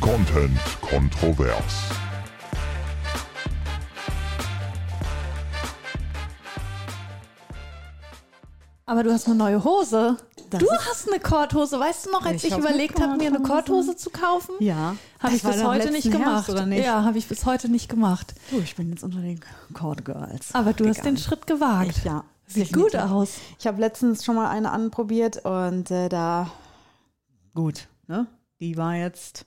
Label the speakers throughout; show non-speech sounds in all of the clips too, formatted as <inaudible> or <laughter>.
Speaker 1: Content kontrovers.
Speaker 2: Aber du hast eine neue Hose.
Speaker 3: Das
Speaker 2: du
Speaker 3: ist-
Speaker 2: hast eine Korthose. Weißt du noch, als
Speaker 3: Ich
Speaker 2: ich,
Speaker 3: hab eine
Speaker 2: überlegt habe, mir eine
Speaker 3: Korthose.
Speaker 2: Korthose zu kaufen?
Speaker 3: Ja.
Speaker 2: Habe
Speaker 3: Das
Speaker 2: ich
Speaker 3: war
Speaker 2: bis
Speaker 3: doch
Speaker 2: heute
Speaker 3: letzten
Speaker 2: nicht gemacht.
Speaker 3: Herbst, oder nicht?
Speaker 2: Ja, habe ich bis heute nicht gemacht.
Speaker 3: Du, ich bin jetzt unter den Cord Girls.
Speaker 2: Aber du hast
Speaker 3: gegangen.
Speaker 2: den Schritt gewagt.
Speaker 3: Ich, ja.
Speaker 2: Sieht
Speaker 3: definitiv.
Speaker 2: gut aus.
Speaker 3: Ich habe letztens schon mal eine anprobiert und äh, da gut, ne? Die war jetzt,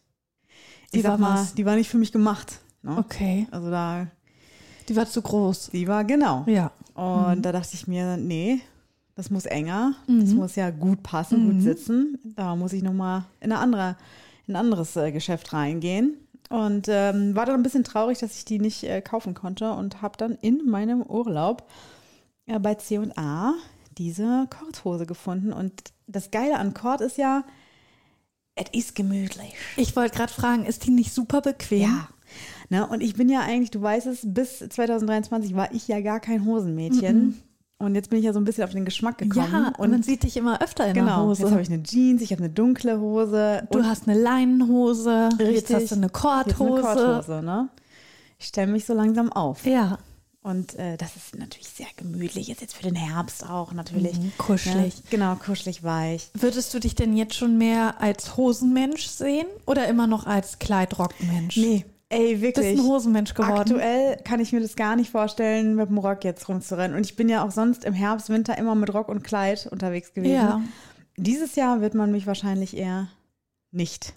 Speaker 2: Die
Speaker 3: ich sag
Speaker 2: war
Speaker 3: mal,
Speaker 2: was?
Speaker 3: die war nicht für mich gemacht. Ne?
Speaker 2: Okay.
Speaker 3: Also da,
Speaker 2: Die war zu groß.
Speaker 3: die war genau.
Speaker 2: Ja.
Speaker 3: Und da dachte ich mir, nee, das muss enger, das muss ja gut passen, gut sitzen. Da muss ich nochmal in, eine andere, in ein anderes äh, Geschäft reingehen. Und ähm, war dann ein bisschen traurig, dass ich die nicht äh, kaufen konnte und habe dann in meinem Urlaub äh, bei C&A diese Korthose gefunden. Und das Geile an Kord ist ja, es ist gemütlich.
Speaker 2: Ich wollte gerade fragen, ist die nicht super bequem?
Speaker 3: Ja. Ne, und ich bin ja eigentlich, du weißt es, bis 2023 war ich ja gar kein Hosenmädchen. Und jetzt bin ich ja so ein bisschen auf den Geschmack gekommen.
Speaker 2: Mhm. Ja, und
Speaker 3: und
Speaker 2: man sieht dich immer öfter in der
Speaker 3: genau, jetzt habe
Speaker 2: Hose.
Speaker 3: ich eine Jeans, ich habe eine dunkle Hose.
Speaker 2: Du
Speaker 3: und
Speaker 2: hast eine Leinenhose, jetzt
Speaker 3: Richtig.
Speaker 2: hast du eine
Speaker 3: jetzt eine
Speaker 2: Korthose.
Speaker 3: Korthose, ne? Ich stelle mich so langsam auf.
Speaker 2: Ja,
Speaker 3: Und äh, das ist natürlich sehr gemütlich. Ist jetzt für den Herbst auch natürlich.
Speaker 2: Mhm, kuschelig.
Speaker 3: Ne? Genau, kuschelig weich.
Speaker 2: Würdest du dich denn jetzt schon mehr als Hosenmensch sehen oder immer noch als Kleidrockmensch?
Speaker 3: Nee, ey,
Speaker 2: Bist
Speaker 3: wirklich.
Speaker 2: ein Hosenmensch geworden.
Speaker 3: Aktuell kann ich mir das gar nicht vorstellen, mit dem Rock jetzt rumzurennen. Und ich bin ja auch sonst im Herbst, Winter immer mit Rock und Kleid unterwegs gewesen.
Speaker 2: Ja.
Speaker 3: Dieses Jahr wird man mich wahrscheinlich eher nicht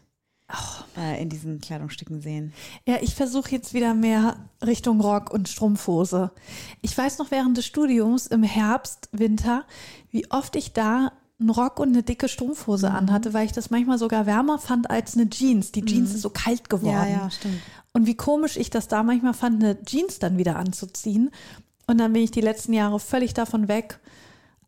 Speaker 3: äh, in diesen Kleidungsstücken sehen.
Speaker 2: Ja, ich versuche jetzt wieder mehr Richtung Rock und Strumpfhose. Ich weiß noch während des Studiums im Herbst, Winter, wie oft ich da einen Rock und eine dicke
Speaker 3: Mhm.
Speaker 2: Strumpfhose anhatte, weil ich das manchmal sogar wärmer fand als eine Jeans. Die
Speaker 3: Mhm.
Speaker 2: Jeans ist so kalt geworden.
Speaker 3: stimmt.
Speaker 2: Und wie komisch ich das da manchmal fand, eine Jeans dann wieder anzuziehen. Und dann bin ich die letzten Jahre völlig davon weg.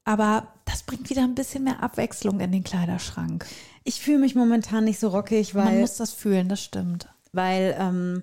Speaker 2: Aber das bringt wieder ein bisschen mehr Abwechslung in den Kleiderschrank.
Speaker 3: Ich fühle mich momentan nicht so rockig,
Speaker 2: Man
Speaker 3: weil,
Speaker 2: muss das fühlen, das stimmt.
Speaker 3: weil ähm,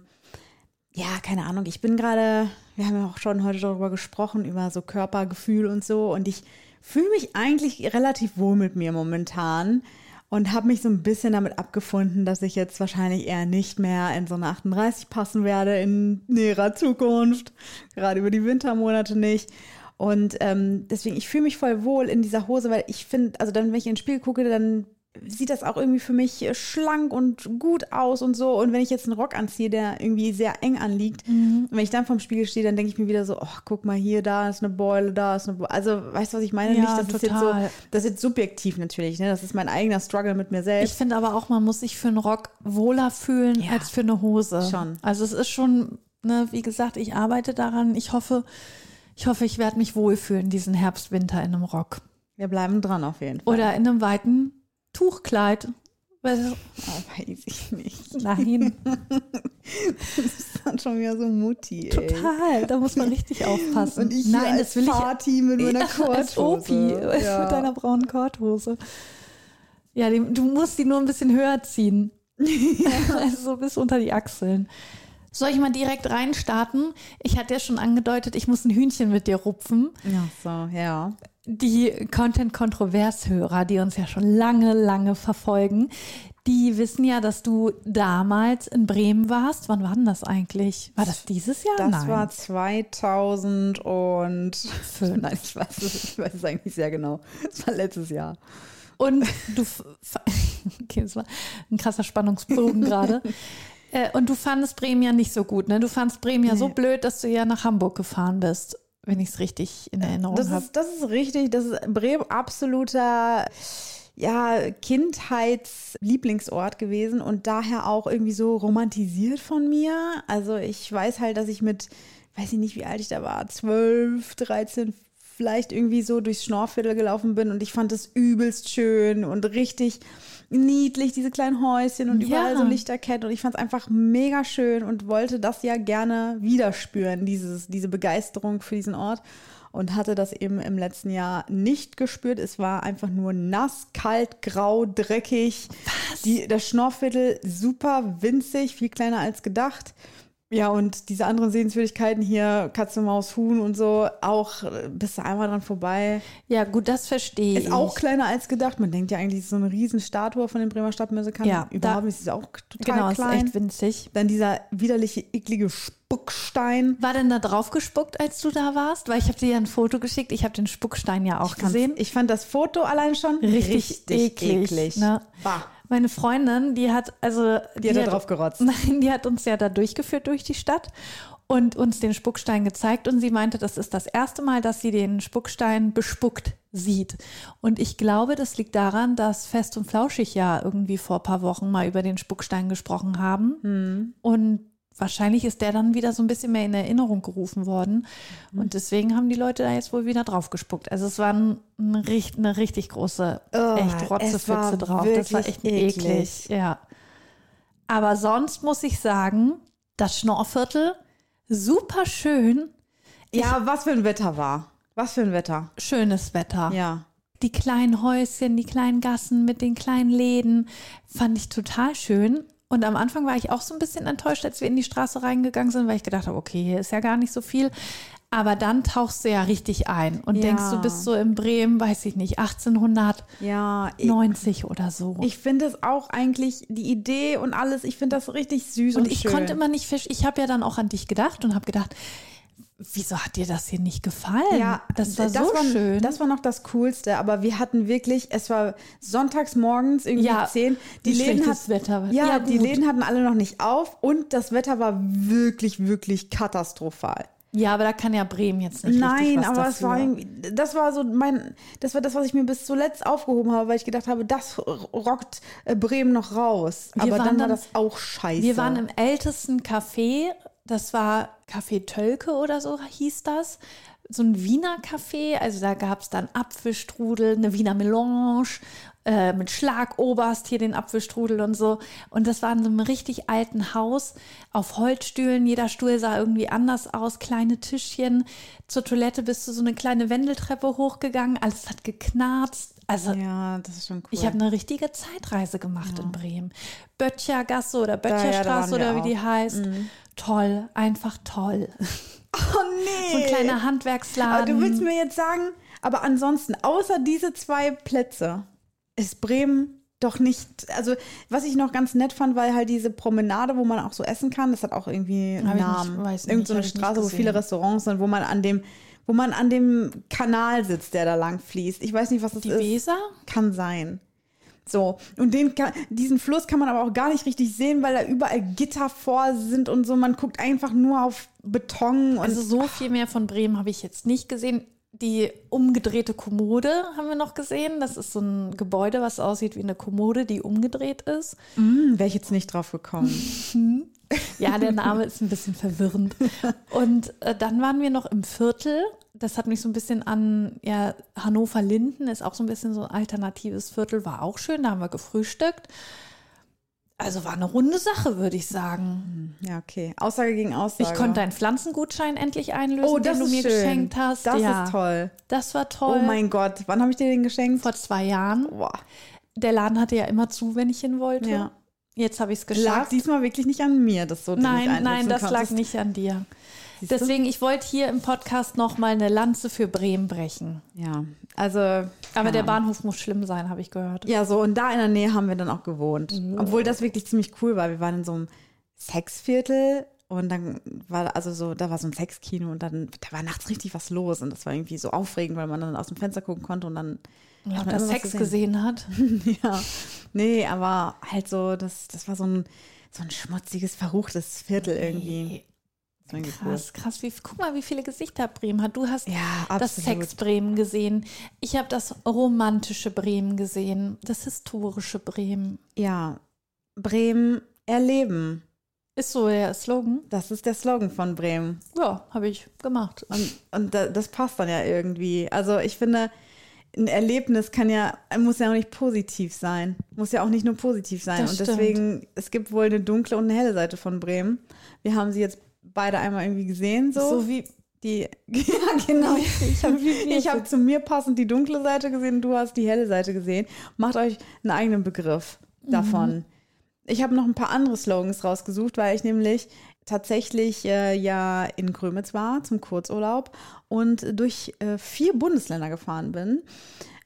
Speaker 3: ja, keine Ahnung, ich bin gerade, wir haben ja auch schon heute darüber gesprochen, über so Körpergefühl und so. Und ich fühle mich eigentlich relativ wohl mit mir momentan und habe mich so ein bisschen damit abgefunden, dass ich jetzt wahrscheinlich eher nicht mehr in so eine 38 passen werde in näherer Zukunft, gerade über die Wintermonate nicht. Und ähm, deswegen, ich fühle mich voll wohl in dieser Hose, weil ich finde, also dann, wenn ich in den Spiegel gucke, dann sieht das auch irgendwie für mich äh, schlank und gut aus und so. Und wenn ich jetzt einen Rock anziehe, der irgendwie sehr eng anliegt,
Speaker 2: Mhm.
Speaker 3: und wenn ich dann vorm Spiegel stehe, dann denke ich mir wieder so, oh, guck mal hier, da ist eine Beule, da ist eine Beule. Also, weißt du, was ich meine?
Speaker 2: Ja,
Speaker 3: nicht, dass das jetzt so,
Speaker 2: total.
Speaker 3: das ist jetzt subjektiv natürlich, ne? Das ist mein eigener Struggle mit mir
Speaker 2: Ich
Speaker 3: selbst.
Speaker 2: finde aber auch, man muss sich für einen Rock wohler fühlen
Speaker 3: Ja,
Speaker 2: als für eine Hose.
Speaker 3: schon.
Speaker 2: Also es ist schon, ne, wie gesagt, ich arbeite daran. Ich hoffe, ich hoffe, ich werde mich wohlfühlen diesen Herbst, Winter in einem Rock.
Speaker 3: Wir bleiben dran auf jeden Fall.
Speaker 2: Oder in einem weiten Tuchkleid. Weil-
Speaker 3: Oh, weiß ich nicht. <laughs>
Speaker 2: Nein,
Speaker 3: Das ist dann schon wieder so Mutti. Ey.
Speaker 2: total. Da muss man richtig aufpassen.
Speaker 3: <laughs> Und ich hier
Speaker 2: Nein,
Speaker 3: als
Speaker 2: das will ich
Speaker 3: Party
Speaker 2: <laughs>
Speaker 3: mit meiner
Speaker 2: als
Speaker 3: Kurzhose.
Speaker 2: Opi äh, <laughs>
Speaker 3: Ja.
Speaker 2: mit deiner braunen Korthose. Ja, die, du musst die nur ein bisschen höher
Speaker 3: <laughs>
Speaker 2: ziehen. also so bis unter die Achseln. Soll ich mal direkt reinstarten? Ich hatte ja schon angedeutet, ich muss ein Hühnchen mit dir rupfen.
Speaker 3: Ja, so, ja.
Speaker 2: Die Content-Kontrovers-Hörer, die uns ja schon lange, lange verfolgen, die wissen ja, dass du damals in Bremen warst. Wann war denn das eigentlich? War das dieses Jahr?
Speaker 3: Das
Speaker 2: Nein.
Speaker 3: war 2000 und
Speaker 2: Fünf.
Speaker 3: Nein, ich weiß, es, ich weiß es eigentlich nicht sehr genau. Es war letztes Jahr.
Speaker 2: Und du. f- f- <laughs> Okay, das war ein krasser Spannungsbogen <laughs> gerade. Äh, Und du fandest Bremen ja nicht so gut, ne? Du fandest Bremen ja so
Speaker 3: Nee.
Speaker 2: blöd, dass du ja nach Hamburg gefahren bist, wenn ich es richtig in Erinnerung
Speaker 3: Das
Speaker 2: habe.
Speaker 3: ist, das ist richtig. Das ist Bremen absoluter ja, Kindheitslieblingsort gewesen und daher auch irgendwie so romantisiert von mir. Also ich weiß halt, dass ich mit, weiß ich nicht, wie alt ich da war, 12, 13, vielleicht irgendwie so durchs Schnorrviertel gelaufen bin und ich fand das übelst schön und richtig niedlich, diese kleinen Häuschen und überall
Speaker 2: Ja.
Speaker 3: so Lichterketten und ich fand es einfach mega schön und wollte das ja gerne wieder spüren, dieses, diese Begeisterung für diesen Ort und hatte das eben im letzten Jahr nicht gespürt. Es war einfach nur nass, kalt, grau, dreckig. Die, das Schnorrviertel super winzig, viel kleiner als gedacht. Ja, und diese anderen Sehenswürdigkeiten hier, Katze, Maus, Huhn und so, auch äh, bist du einmal dran vorbei.
Speaker 2: Ja, gut, das verstehe ich.
Speaker 3: Ist auch kleiner als gedacht. Man denkt ja eigentlich, es ist so eine Riesenstatue von den Bremer Stadtmusikern.
Speaker 2: Ja, da-
Speaker 3: überhaupt nicht. Ist auch total
Speaker 2: Genau, ist
Speaker 3: klein.
Speaker 2: echt winzig.
Speaker 3: Dann dieser widerliche, eklige Spuckstein.
Speaker 2: War denn da drauf gespuckt, als du da warst? Weil ich habe dir ja ein Foto geschickt. Ich habe den Spuckstein ja auch gesehen.
Speaker 3: Ich fand das Foto allein schon
Speaker 2: Richtig eklig, ne?
Speaker 3: Bah.
Speaker 2: Meine Freundin, die hat also
Speaker 3: Die hat da drauf gerotzt.
Speaker 2: Nein, <laughs> die hat uns ja da durchgeführt durch die Stadt und uns den Spuckstein gezeigt und sie meinte, das ist das erste Mal, dass sie den Spuckstein bespuckt sieht. Und ich glaube, das liegt daran, dass Fest und Flauschig ja irgendwie vor ein paar Wochen mal über den Spuckstein gesprochen haben.
Speaker 3: Hm.
Speaker 2: Und wahrscheinlich ist der dann wieder so ein bisschen mehr in Erinnerung gerufen worden.
Speaker 3: Mhm.
Speaker 2: Und deswegen haben die Leute da jetzt wohl wieder drauf gespuckt. Also es war ein, ein, richt- eine richtig große,
Speaker 3: Oh,
Speaker 2: echt
Speaker 3: es war
Speaker 2: Rotzefitze drauf. Das war
Speaker 3: wirklich
Speaker 2: echt eklig.
Speaker 3: eklig.
Speaker 2: Ja. Aber sonst muss ich sagen, das Schnorrviertel, super schön,
Speaker 3: Ja, was für ein Wetter war. Was für ein Wetter.
Speaker 2: schönes Wetter.
Speaker 3: Ja.
Speaker 2: Die kleinen Häuschen, die kleinen Gassen mit den kleinen Läden, fand ich total schön. Und am Anfang war ich auch so ein bisschen enttäuscht, als wir in die Straße reingegangen sind, weil ich gedacht habe, okay, hier ist ja gar nicht so viel. Aber dann tauchst du ja richtig ein und
Speaker 3: Ja.
Speaker 2: denkst, du bist so in Bremen, weiß ich nicht, 1890
Speaker 3: Ja, ich,
Speaker 2: oder so.
Speaker 3: ich finde es auch eigentlich, die Idee und alles, ich finde das richtig süß und,
Speaker 2: und ich
Speaker 3: schön.
Speaker 2: konnte immer nicht fisch. Ich habe ja dann auch an dich gedacht und habe gedacht, wieso hat dir das hier nicht gefallen?
Speaker 3: Ja,
Speaker 2: das war so
Speaker 3: war-
Speaker 2: schön.
Speaker 3: Das war noch das Coolste, aber wir hatten wirklich, es war sonntags morgens irgendwie
Speaker 2: Ja,
Speaker 3: 10. Die
Speaker 2: ein
Speaker 3: Läden,
Speaker 2: schlechtes
Speaker 3: hat,
Speaker 2: Wetter war-
Speaker 3: Ja,
Speaker 2: Ja,
Speaker 3: die
Speaker 2: gut.
Speaker 3: Läden hatten alle noch nicht auf und das Wetter war wirklich, wirklich katastrophal.
Speaker 2: ja, aber da kann ja Bremen jetzt nicht richtig
Speaker 3: Nein,
Speaker 2: was
Speaker 3: aber
Speaker 2: dafür.
Speaker 3: es war irgendwie, das war so mein, das war das, was ich mir bis zuletzt aufgehoben habe, weil ich gedacht habe, das rockt äh, Bremen noch raus.
Speaker 2: Wir
Speaker 3: aber
Speaker 2: waren
Speaker 3: dann war
Speaker 2: dann-
Speaker 3: das auch scheiße.
Speaker 2: Wir waren im ältesten Café, das war Café Tölke oder so hieß das. So ein Wiener Café, also da gab es dann Apfelstrudel, eine Wiener Melange äh, mit Schlagoberst, hier den Apfelstrudel und so. Und das war in so einem richtig alten Haus auf Holzstühlen. Jeder Stuhl sah irgendwie anders aus, kleine Tischchen. Zur Toilette bist du so eine kleine Wendeltreppe hochgegangen, alles hat geknarzt. Also
Speaker 3: ja, das ist schon cool.
Speaker 2: ich habe eine richtige Zeitreise gemacht in Bremen. Böttchergasse oder
Speaker 3: ja, da waren
Speaker 2: Böttcherstraße
Speaker 3: wir
Speaker 2: oder wie
Speaker 3: auch. Mhm.
Speaker 2: die heißt. Toll, einfach toll.
Speaker 3: oh nee.
Speaker 2: So ein kleiner
Speaker 3: Aber du willst
Speaker 2: Handwerksladen.
Speaker 3: mir jetzt sagen, aber ansonsten, außer diese zwei Plätze, ist Bremen doch nicht. Also, was ich noch ganz nett fand, weil halt diese Promenade, wo man auch so essen kann, das hat auch irgendwie einen
Speaker 2: Hab ich nicht-
Speaker 3: Namen.
Speaker 2: weiß nicht,
Speaker 3: Irgend so eine
Speaker 2: hab ich nicht
Speaker 3: Straße, wo
Speaker 2: gesehen.
Speaker 3: viele Restaurants sind, wo man an dem, wo man an dem Kanal sitzt, der da lang fließt. Ich weiß nicht, was das
Speaker 2: Die
Speaker 3: ist.
Speaker 2: Weser?
Speaker 3: Kann sein. So, und den kann, diesen Fluss kann man aber auch gar nicht richtig sehen, weil da überall Gitter vor sind und so. Man guckt einfach nur auf Beton und
Speaker 2: Also so viel mehr von Bremen habe ich jetzt nicht gesehen. Die umgedrehte Kommode haben wir noch gesehen. Das ist so ein Gebäude, was aussieht wie eine Kommode, die umgedreht ist.
Speaker 3: wäre hm, ich jetzt nicht drauf gekommen.
Speaker 2: Ja, der Name ist ein bisschen verwirrend. Und äh, dann waren wir noch im Viertel. Das hat mich so ein bisschen an ja, Hannover-Linden, ist auch so ein bisschen so ein alternatives Viertel, war auch schön. Da haben wir gefrühstückt. Also war eine runde Sache, würde ich sagen.
Speaker 3: Ja, okay. Aussage gegen Aussage.
Speaker 2: Ich konnte deinen Pflanzengutschein endlich einlösen,
Speaker 3: Oh,
Speaker 2: den
Speaker 3: das
Speaker 2: du
Speaker 3: ist
Speaker 2: mir
Speaker 3: schön.
Speaker 2: geschenkt hast.
Speaker 3: Das
Speaker 2: ja,
Speaker 3: ist toll.
Speaker 2: Das war toll.
Speaker 3: Oh mein Gott, wann habe ich dir den geschenkt?
Speaker 2: Vor zwei Jahren.
Speaker 3: Boah.
Speaker 2: Der Laden hatte ja immer zu, wenn ich hin wollte.
Speaker 3: Ja.
Speaker 2: Jetzt habe ich es
Speaker 3: Lag
Speaker 2: geschafft.
Speaker 3: diesmal wirklich nicht an mir, das so
Speaker 2: Nein, nein, das lag nicht an dir.
Speaker 3: Siehst du?
Speaker 2: Deswegen, ich wollte hier im Podcast nochmal eine Lanze für Bremen brechen.
Speaker 3: Ja, also.
Speaker 2: Aber
Speaker 3: keine
Speaker 2: der
Speaker 3: Ahnung.
Speaker 2: Bahnhof muss schlimm sein, habe ich gehört.
Speaker 3: Ja, so und da in der Nähe haben wir dann auch gewohnt. Obwohl das wirklich ziemlich cool war. Wir waren in so einem Sexviertel und dann war also so, da war so ein Sexkino und dann da war nachts richtig was los und das war irgendwie so aufregend, weil man dann aus dem Fenster gucken konnte und dann
Speaker 2: Ja,
Speaker 3: hat
Speaker 2: Ob
Speaker 3: man
Speaker 2: er
Speaker 3: immer was
Speaker 2: Sex gesehen <laughs> hat.
Speaker 3: <laughs> Ja, nee, aber halt so, das, das war so ein, so ein schmutziges, verruchtes Viertel irgendwie. Das war irgendwie cool.
Speaker 2: Krass, krass. Wie, guck mal, wie viele Gesichter Bremen hat. Du hast
Speaker 3: Ja,
Speaker 2: das
Speaker 3: absolut.
Speaker 2: Sex-Bremen gesehen. Ich habe das romantische Bremen gesehen. Das historische Bremen.
Speaker 3: Ja, Bremen erleben.
Speaker 2: Ist so der Slogan.
Speaker 3: Das ist der Slogan von Bremen.
Speaker 2: Ja, habe ich gemacht.
Speaker 3: Und, und da, das passt dann ja irgendwie. Also ich finde, ein Erlebnis kann ja, muss ja auch nicht positiv sein. Muss ja auch nicht nur positiv sein.
Speaker 2: Das
Speaker 3: und
Speaker 2: stimmt.
Speaker 3: deswegen, es gibt wohl eine dunkle und eine helle Seite von Bremen. Wir haben sie jetzt beide einmal irgendwie gesehen. So,
Speaker 2: Also, So <laughs> wie-
Speaker 3: die. <laughs> Ja,
Speaker 2: <laughs>
Speaker 3: genau. Ich habe ich hab zu mir passend die dunkle Seite gesehen, du hast die helle Seite gesehen. Macht euch einen eigenen Begriff davon. Ich habe noch ein paar andere Slogans rausgesucht, weil ich nämlich tatsächlich äh, ja in Grömitz war zum Kurzurlaub und durch äh, vier Bundesländer gefahren bin.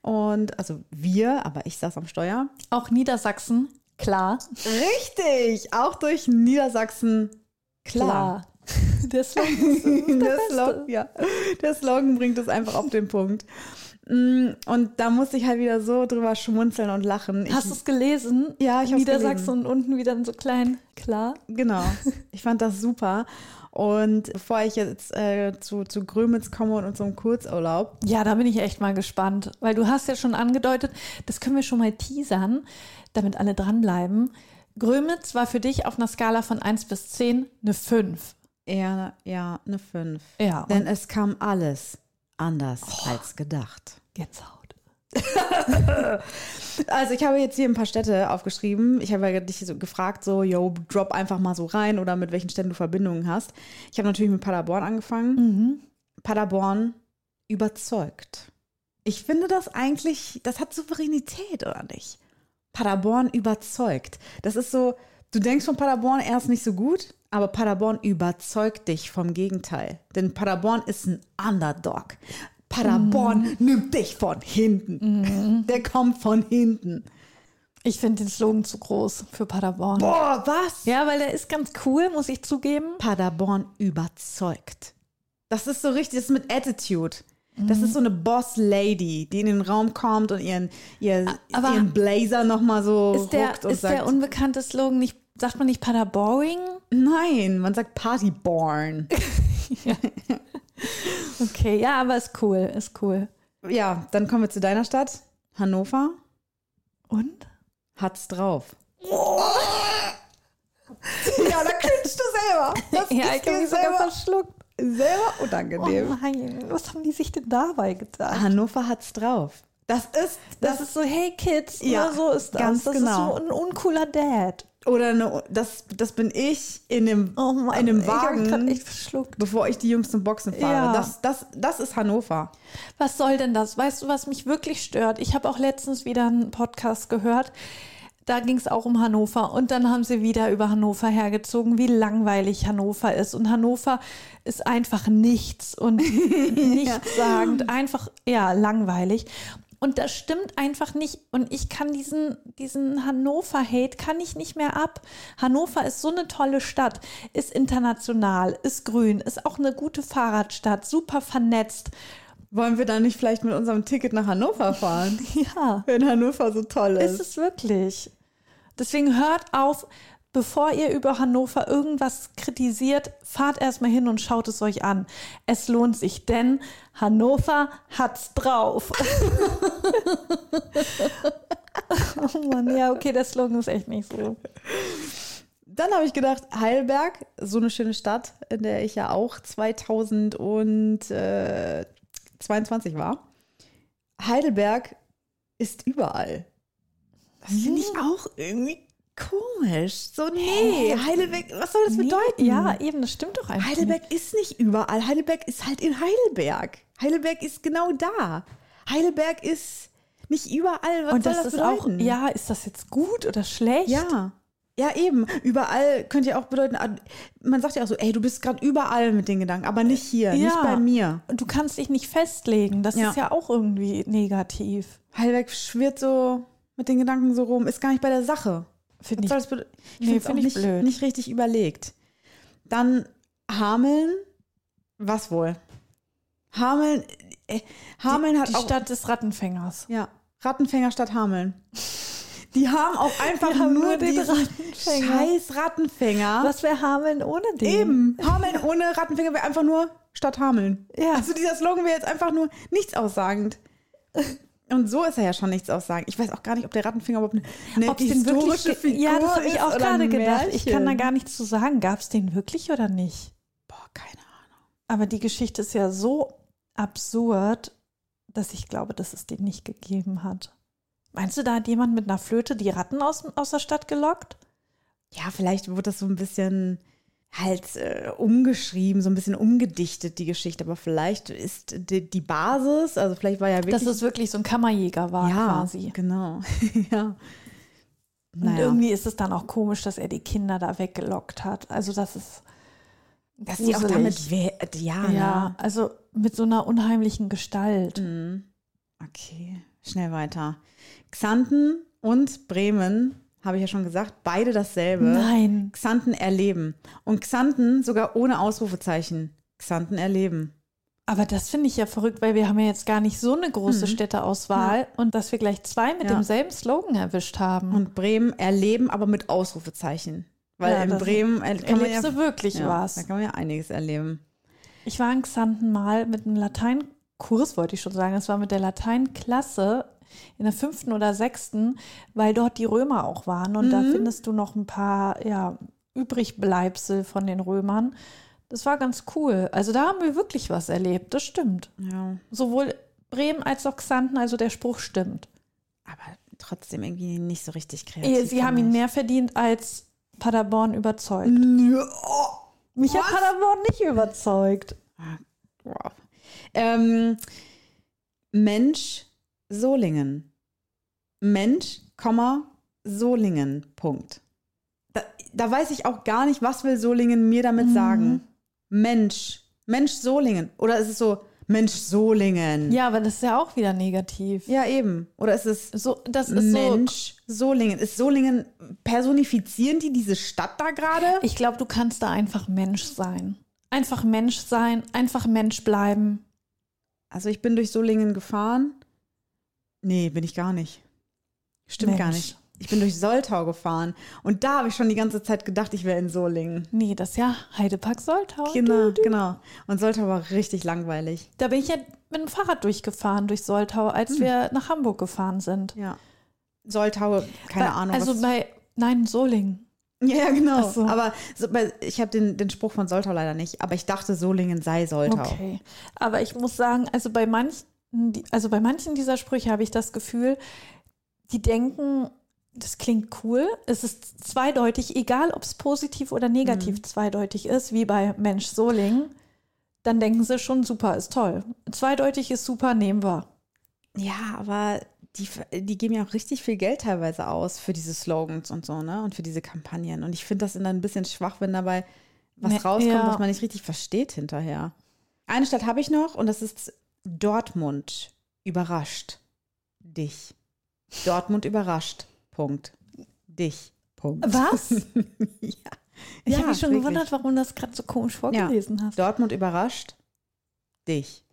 Speaker 3: Und also wir, aber ich saß am Steuer.
Speaker 2: Auch Niedersachsen, klar.
Speaker 3: Richtig, auch durch Niedersachsen. Klar. <laughs>
Speaker 2: Der Slogan ist der
Speaker 3: Der,
Speaker 2: <laughs> Beste.
Speaker 3: Slogan, ja. der Slogan bringt es einfach auf den Punkt. Mm, Und da musste ich halt wieder so drüber schmunzeln und lachen. Ich,
Speaker 2: Hast du es gelesen?
Speaker 3: Ja, ich hab's
Speaker 2: Niedersachsen und unten wieder in so klein, klar.
Speaker 3: Genau. Ich fand das super. Und bevor ich jetzt äh, zu, zu Grömitz komme und unserem Kurzurlaub,
Speaker 2: Ja, da bin ich echt mal gespannt, weil du hast ja schon angedeutet, das können wir schon mal teasern, damit alle dranbleiben. Grömitz war für dich auf einer Skala von 1 bis 10 eine 5.
Speaker 3: eher, eher eine 5.
Speaker 2: Ja, und Oh.
Speaker 3: Denn es kam alles anders als gedacht.
Speaker 2: jetzt haut.
Speaker 3: Also ich habe jetzt hier ein paar Städte aufgeschrieben. Ich habe ja dich so gefragt, so, yo, drop einfach mal so rein oder mit welchen Städten du Verbindungen hast. Ich habe natürlich mit Paderborn angefangen. Paderborn überzeugt. Ich finde das eigentlich, das hat Souveränität, oder nicht? Paderborn überzeugt. Das ist so, du denkst von Paderborn erst nicht so gut, aber Paderborn überzeugt dich vom Gegenteil. Denn Paderborn ist ein Underdog. Paderborn nimmt dich von hinten. Der kommt von hinten.
Speaker 2: Ich finde den Slogan zu groß für Paderborn.
Speaker 3: Boah, was?
Speaker 2: Ja, weil der ist ganz cool, muss ich zugeben.
Speaker 3: Paderborn überzeugt. Das ist so richtig, das ist mit Attitude. Das
Speaker 2: Mhm.
Speaker 3: ist so eine Boss-Lady, die in den Raum kommt und ihren, ihr,
Speaker 2: Aber
Speaker 3: ihren Blazer nochmal so
Speaker 2: Ist der,
Speaker 3: ruckt und
Speaker 2: ist
Speaker 3: sagt,
Speaker 2: der unbekannte Slogan nicht, sagt man nicht Paderboring?
Speaker 3: nein, man sagt
Speaker 2: <laughs>
Speaker 3: Partyborn.
Speaker 2: Okay, ja, aber ist cool, ist cool.
Speaker 3: ja, dann kommen wir zu deiner Stadt. Hannover
Speaker 2: Und? <laughs>
Speaker 3: hat's drauf. ja, da cringst du selber.
Speaker 2: ja,
Speaker 3: Das ist
Speaker 2: ich habe
Speaker 3: dir
Speaker 2: mich sogar
Speaker 3: selber,
Speaker 2: verschluckt.
Speaker 3: selber
Speaker 2: Oh
Speaker 3: unangenehm.
Speaker 2: nein, was haben die sich denn dabei gedacht?
Speaker 3: Hannover hat's drauf. Ah, Das ist,
Speaker 2: Das, ist so, hey Kids,
Speaker 3: Ja,
Speaker 2: ja, so ist das.
Speaker 3: ganz
Speaker 2: das
Speaker 3: genau.
Speaker 2: ist so ein uncooler Dad.
Speaker 3: oder eine, das, das bin ich in dem,
Speaker 2: Oh Mann,
Speaker 3: in dem
Speaker 2: ich hab mich grad
Speaker 3: Wagen,
Speaker 2: echt verschluckt.
Speaker 3: bevor ich die Jungs zum Boxen fahre.
Speaker 2: Ja.
Speaker 3: Das, das, das ist Hannover.
Speaker 2: Was soll denn das? Weißt du, was mich wirklich stört? Ich habe auch letztens wieder einen Podcast gehört. Da ging es auch um Hannover und dann haben sie wieder über Hannover hergezogen, wie langweilig Hannover ist. Und Hannover ist einfach nichts und nichtssagend, einfach ja langweilig. Und das stimmt einfach nicht. Und ich kann diesen, diesen Hannover-Hate kann ich nicht mehr ab. Hannover ist so eine tolle Stadt, ist international, ist grün, ist auch eine gute Fahrradstadt, super vernetzt.
Speaker 3: Wollen wir dann nicht vielleicht mit unserem Ticket nach Hannover <laughs> fahren?
Speaker 2: Ja.
Speaker 3: Wenn Hannover so toll ist.
Speaker 2: Ist es wirklich. Deswegen hört auf, bevor ihr über Hannover irgendwas kritisiert, fahrt erstmal hin und schaut es euch an. Es lohnt sich, denn Hannover hat's drauf. <laughs> oh Mann, ja, okay, der Slogan ist echt nicht so.
Speaker 3: Dann habe ich gedacht, Heidelberg, so eine schöne Stadt, in der ich ja auch 2022 war. Heidelberg ist überall. Hm. Das finde ich auch irgendwie komisch. So, nee, Heidelberg, was soll das bedeuten?
Speaker 2: Ja, eben, das stimmt doch einfach.
Speaker 3: Heidelberg ist nicht überall. Heidelberg ist halt in Heidelberg. Heidelberg ist genau da. Heidelberg ist nicht überall. Was
Speaker 2: Und
Speaker 3: soll
Speaker 2: das, ist auch,
Speaker 3: bedeuten?
Speaker 2: ja, ist das jetzt gut oder schlecht?
Speaker 3: Ja. Ja, eben. Überall könnte ja auch bedeuten, ah, man sagt ja auch so, ey, du bist gerade überall mit den Gedanken, aber nicht hier, nicht
Speaker 2: Ja.
Speaker 3: bei mir.
Speaker 2: Und Du kannst dich nicht festlegen. Das
Speaker 3: Ja.
Speaker 2: ist ja auch irgendwie negativ.
Speaker 3: Heidelberg schwirrt so mit den Gedanken so rum, ist gar nicht bei der Sache.
Speaker 2: Finde
Speaker 3: Was
Speaker 2: ich
Speaker 3: soll das bede- ich
Speaker 2: Nee,
Speaker 3: finde es
Speaker 2: find
Speaker 3: auch
Speaker 2: ich
Speaker 3: nicht,
Speaker 2: blöd.
Speaker 3: nicht richtig überlegt. Dann Hameln, was wohl? Hameln, äh, Hameln hat
Speaker 2: die
Speaker 3: auch
Speaker 2: Stadt des Rattenfängers.
Speaker 3: Ja, Rattenfänger statt Hameln. Die haben auch einfach
Speaker 2: <laughs> Die haben
Speaker 3: nur,
Speaker 2: nur den
Speaker 3: diesen
Speaker 2: Rattenfänger.
Speaker 3: scheiß Rattenfänger.
Speaker 2: Was wäre Hameln ohne den?
Speaker 3: Eben. Hameln ohne Rattenfänger wäre einfach nur statt Hameln.
Speaker 2: Ja.
Speaker 3: Also dieser Slogan wäre jetzt einfach nur nichts aussagend. Und so ist er ja schon nichts aussagend. Ich weiß auch gar nicht, ob der Rattenfänger überhaupt eine, eine
Speaker 2: Ob es den wirklich
Speaker 3: historische
Speaker 2: ge-
Speaker 3: Figur
Speaker 2: Ja, das habe
Speaker 3: ist
Speaker 2: ich auch
Speaker 3: oder
Speaker 2: gerade
Speaker 3: ein
Speaker 2: gedacht. Ich kann da
Speaker 3: Märchen.
Speaker 2: gar nichts zu sagen. Gab es den wirklich oder nicht?
Speaker 3: Boah, keine Ahnung.
Speaker 2: Aber die Geschichte ist ja so absurd, dass ich glaube, dass es den nicht gegeben hat. Meinst du, da hat jemand mit einer Flöte die Ratten aus, aus der Stadt gelockt?
Speaker 3: Ja, vielleicht wurde das so ein bisschen halt äh, umgeschrieben, so ein bisschen umgedichtet, die Geschichte. Aber vielleicht ist die, die Basis, also vielleicht war ja wirklich
Speaker 2: Dass es wirklich so ein Kammerjäger war
Speaker 3: <laughs> ja,
Speaker 2: quasi.
Speaker 3: Genau. ja.
Speaker 2: Und
Speaker 3: Naja.
Speaker 2: irgendwie ist es dann auch komisch, dass er die Kinder da weggelockt hat. Also das ist
Speaker 3: Dass die auch
Speaker 2: gruselig.
Speaker 3: damit we- ja,
Speaker 2: äh, ja, also mit so einer unheimlichen Gestalt.
Speaker 3: ne? Mhm. Okay, schnell weiter. Xanten und Bremen, habe ich ja schon gesagt, beide dasselbe.
Speaker 2: Nein,
Speaker 3: Xanten erleben. Und Xanten sogar ohne Ausrufezeichen. Xanten erleben.
Speaker 2: aber das finde ich ja verrückt, weil wir haben ja jetzt gar nicht so eine große Städteauswahl und dass wir gleich zwei mit
Speaker 3: Mhm. Ja.
Speaker 2: demselben Slogan erwischt haben.
Speaker 3: Und Bremen erleben, aber mit Ausrufezeichen. Weil
Speaker 2: Ja,
Speaker 3: in
Speaker 2: das
Speaker 3: Bremen er kann man
Speaker 2: Erlebst
Speaker 3: ja,
Speaker 2: du wirklich
Speaker 3: ja, da
Speaker 2: was?
Speaker 3: kann man ja einiges erleben.
Speaker 2: Ich war in Xanten mal mit einem Lateinkurs, wollte ich schon sagen. Das war mit der Lateinklasse in der fünften oder sechsten, weil dort die Römer auch waren. Und da
Speaker 3: Mhm.
Speaker 2: findest du noch ein paar ja, Übrigbleibsel von den Römern. Das war ganz cool. Also da haben wir wirklich was erlebt. Das stimmt.
Speaker 3: Ja.
Speaker 2: Sowohl Bremen als auch Xanten, also der Spruch stimmt.
Speaker 3: Aber trotzdem irgendwie nicht so richtig kreativ.
Speaker 2: Eh, Sie haben ihn
Speaker 3: fand
Speaker 2: mehr verdient als Paderborn überzeugt.
Speaker 3: ich. Ja, oh.
Speaker 2: Mich hat Paderborn nicht überzeugt.
Speaker 3: Wow. Ähm, Mensch Solingen. Mensch, Komma, Solingen. Punkt. Da, da weiß ich auch gar nicht, was will Solingen mir damit
Speaker 2: Mhm.
Speaker 3: sagen. Mensch. Mensch Solingen. Oder ist es so, Mensch Solingen?
Speaker 2: Ja, aber das ist ja auch wieder negativ.
Speaker 3: Ja, eben. Oder ist es
Speaker 2: So, das ist so.
Speaker 3: Mensch Solingen? Ist Solingen, personifizieren die diese Stadt da gerade?
Speaker 2: Ich glaube, du kannst da einfach Mensch sein. Einfach Mensch sein, einfach Mensch bleiben.
Speaker 3: Also ich bin durch Solingen gefahren. Nee, bin ich gar nicht. Stimmt gar
Speaker 2: Mensch.
Speaker 3: nicht. Ich bin durch Soltau gefahren und da habe ich schon die ganze Zeit gedacht, ich wäre in Solingen.
Speaker 2: Nee, das ist ja Heidepark Soltau.
Speaker 3: Genau, genau. Und Soltau war richtig langweilig.
Speaker 2: Da bin ich ja mit dem Fahrrad durchgefahren durch Soltau,
Speaker 3: Hm.
Speaker 2: als wir nach Hamburg gefahren sind.
Speaker 3: Ja. Soltau, keine
Speaker 2: Bei-
Speaker 3: Ahnung.
Speaker 2: Also
Speaker 3: was
Speaker 2: bei, nein, Solingen.
Speaker 3: <laughs> ja, ja, genau.
Speaker 2: Ach so.
Speaker 3: Aber so, bei- ich habe den, den Spruch von Soltau leider nicht, aber ich dachte, Solingen sei Soltau.
Speaker 2: Okay. Aber ich muss sagen, also bei manchen, die- also bei manchen dieser Sprüche habe ich das Gefühl, die denken, das klingt cool, es ist zweideutig, egal ob es positiv oder negativ
Speaker 3: Mhm.
Speaker 2: zweideutig ist, wie bei Mensch Soling, dann denken sie schon, super, ist toll. Zweideutig ist super, nehmen wir.
Speaker 3: Ja, aber die, ver- die geben ja auch richtig viel Geld teilweise aus für diese Slogans und so, ne? Und für diese Kampagnen. Und ich finde das dann ein bisschen schwach, wenn dabei was
Speaker 2: Ne-
Speaker 3: rauskommt,
Speaker 2: ja.
Speaker 3: was man nicht richtig versteht hinterher. Eine Stadt habe ich noch und das ist Dortmund. Überrascht dich. Dortmund überrascht. Punkt. Dich. Punkt.
Speaker 2: Was?
Speaker 3: <laughs> ja.
Speaker 2: Ich
Speaker 3: Ja,
Speaker 2: habe mich schon
Speaker 3: wirklich.
Speaker 2: gewundert, warum du das gerade so komisch vorgelesen hast.
Speaker 3: Dortmund überrascht dich.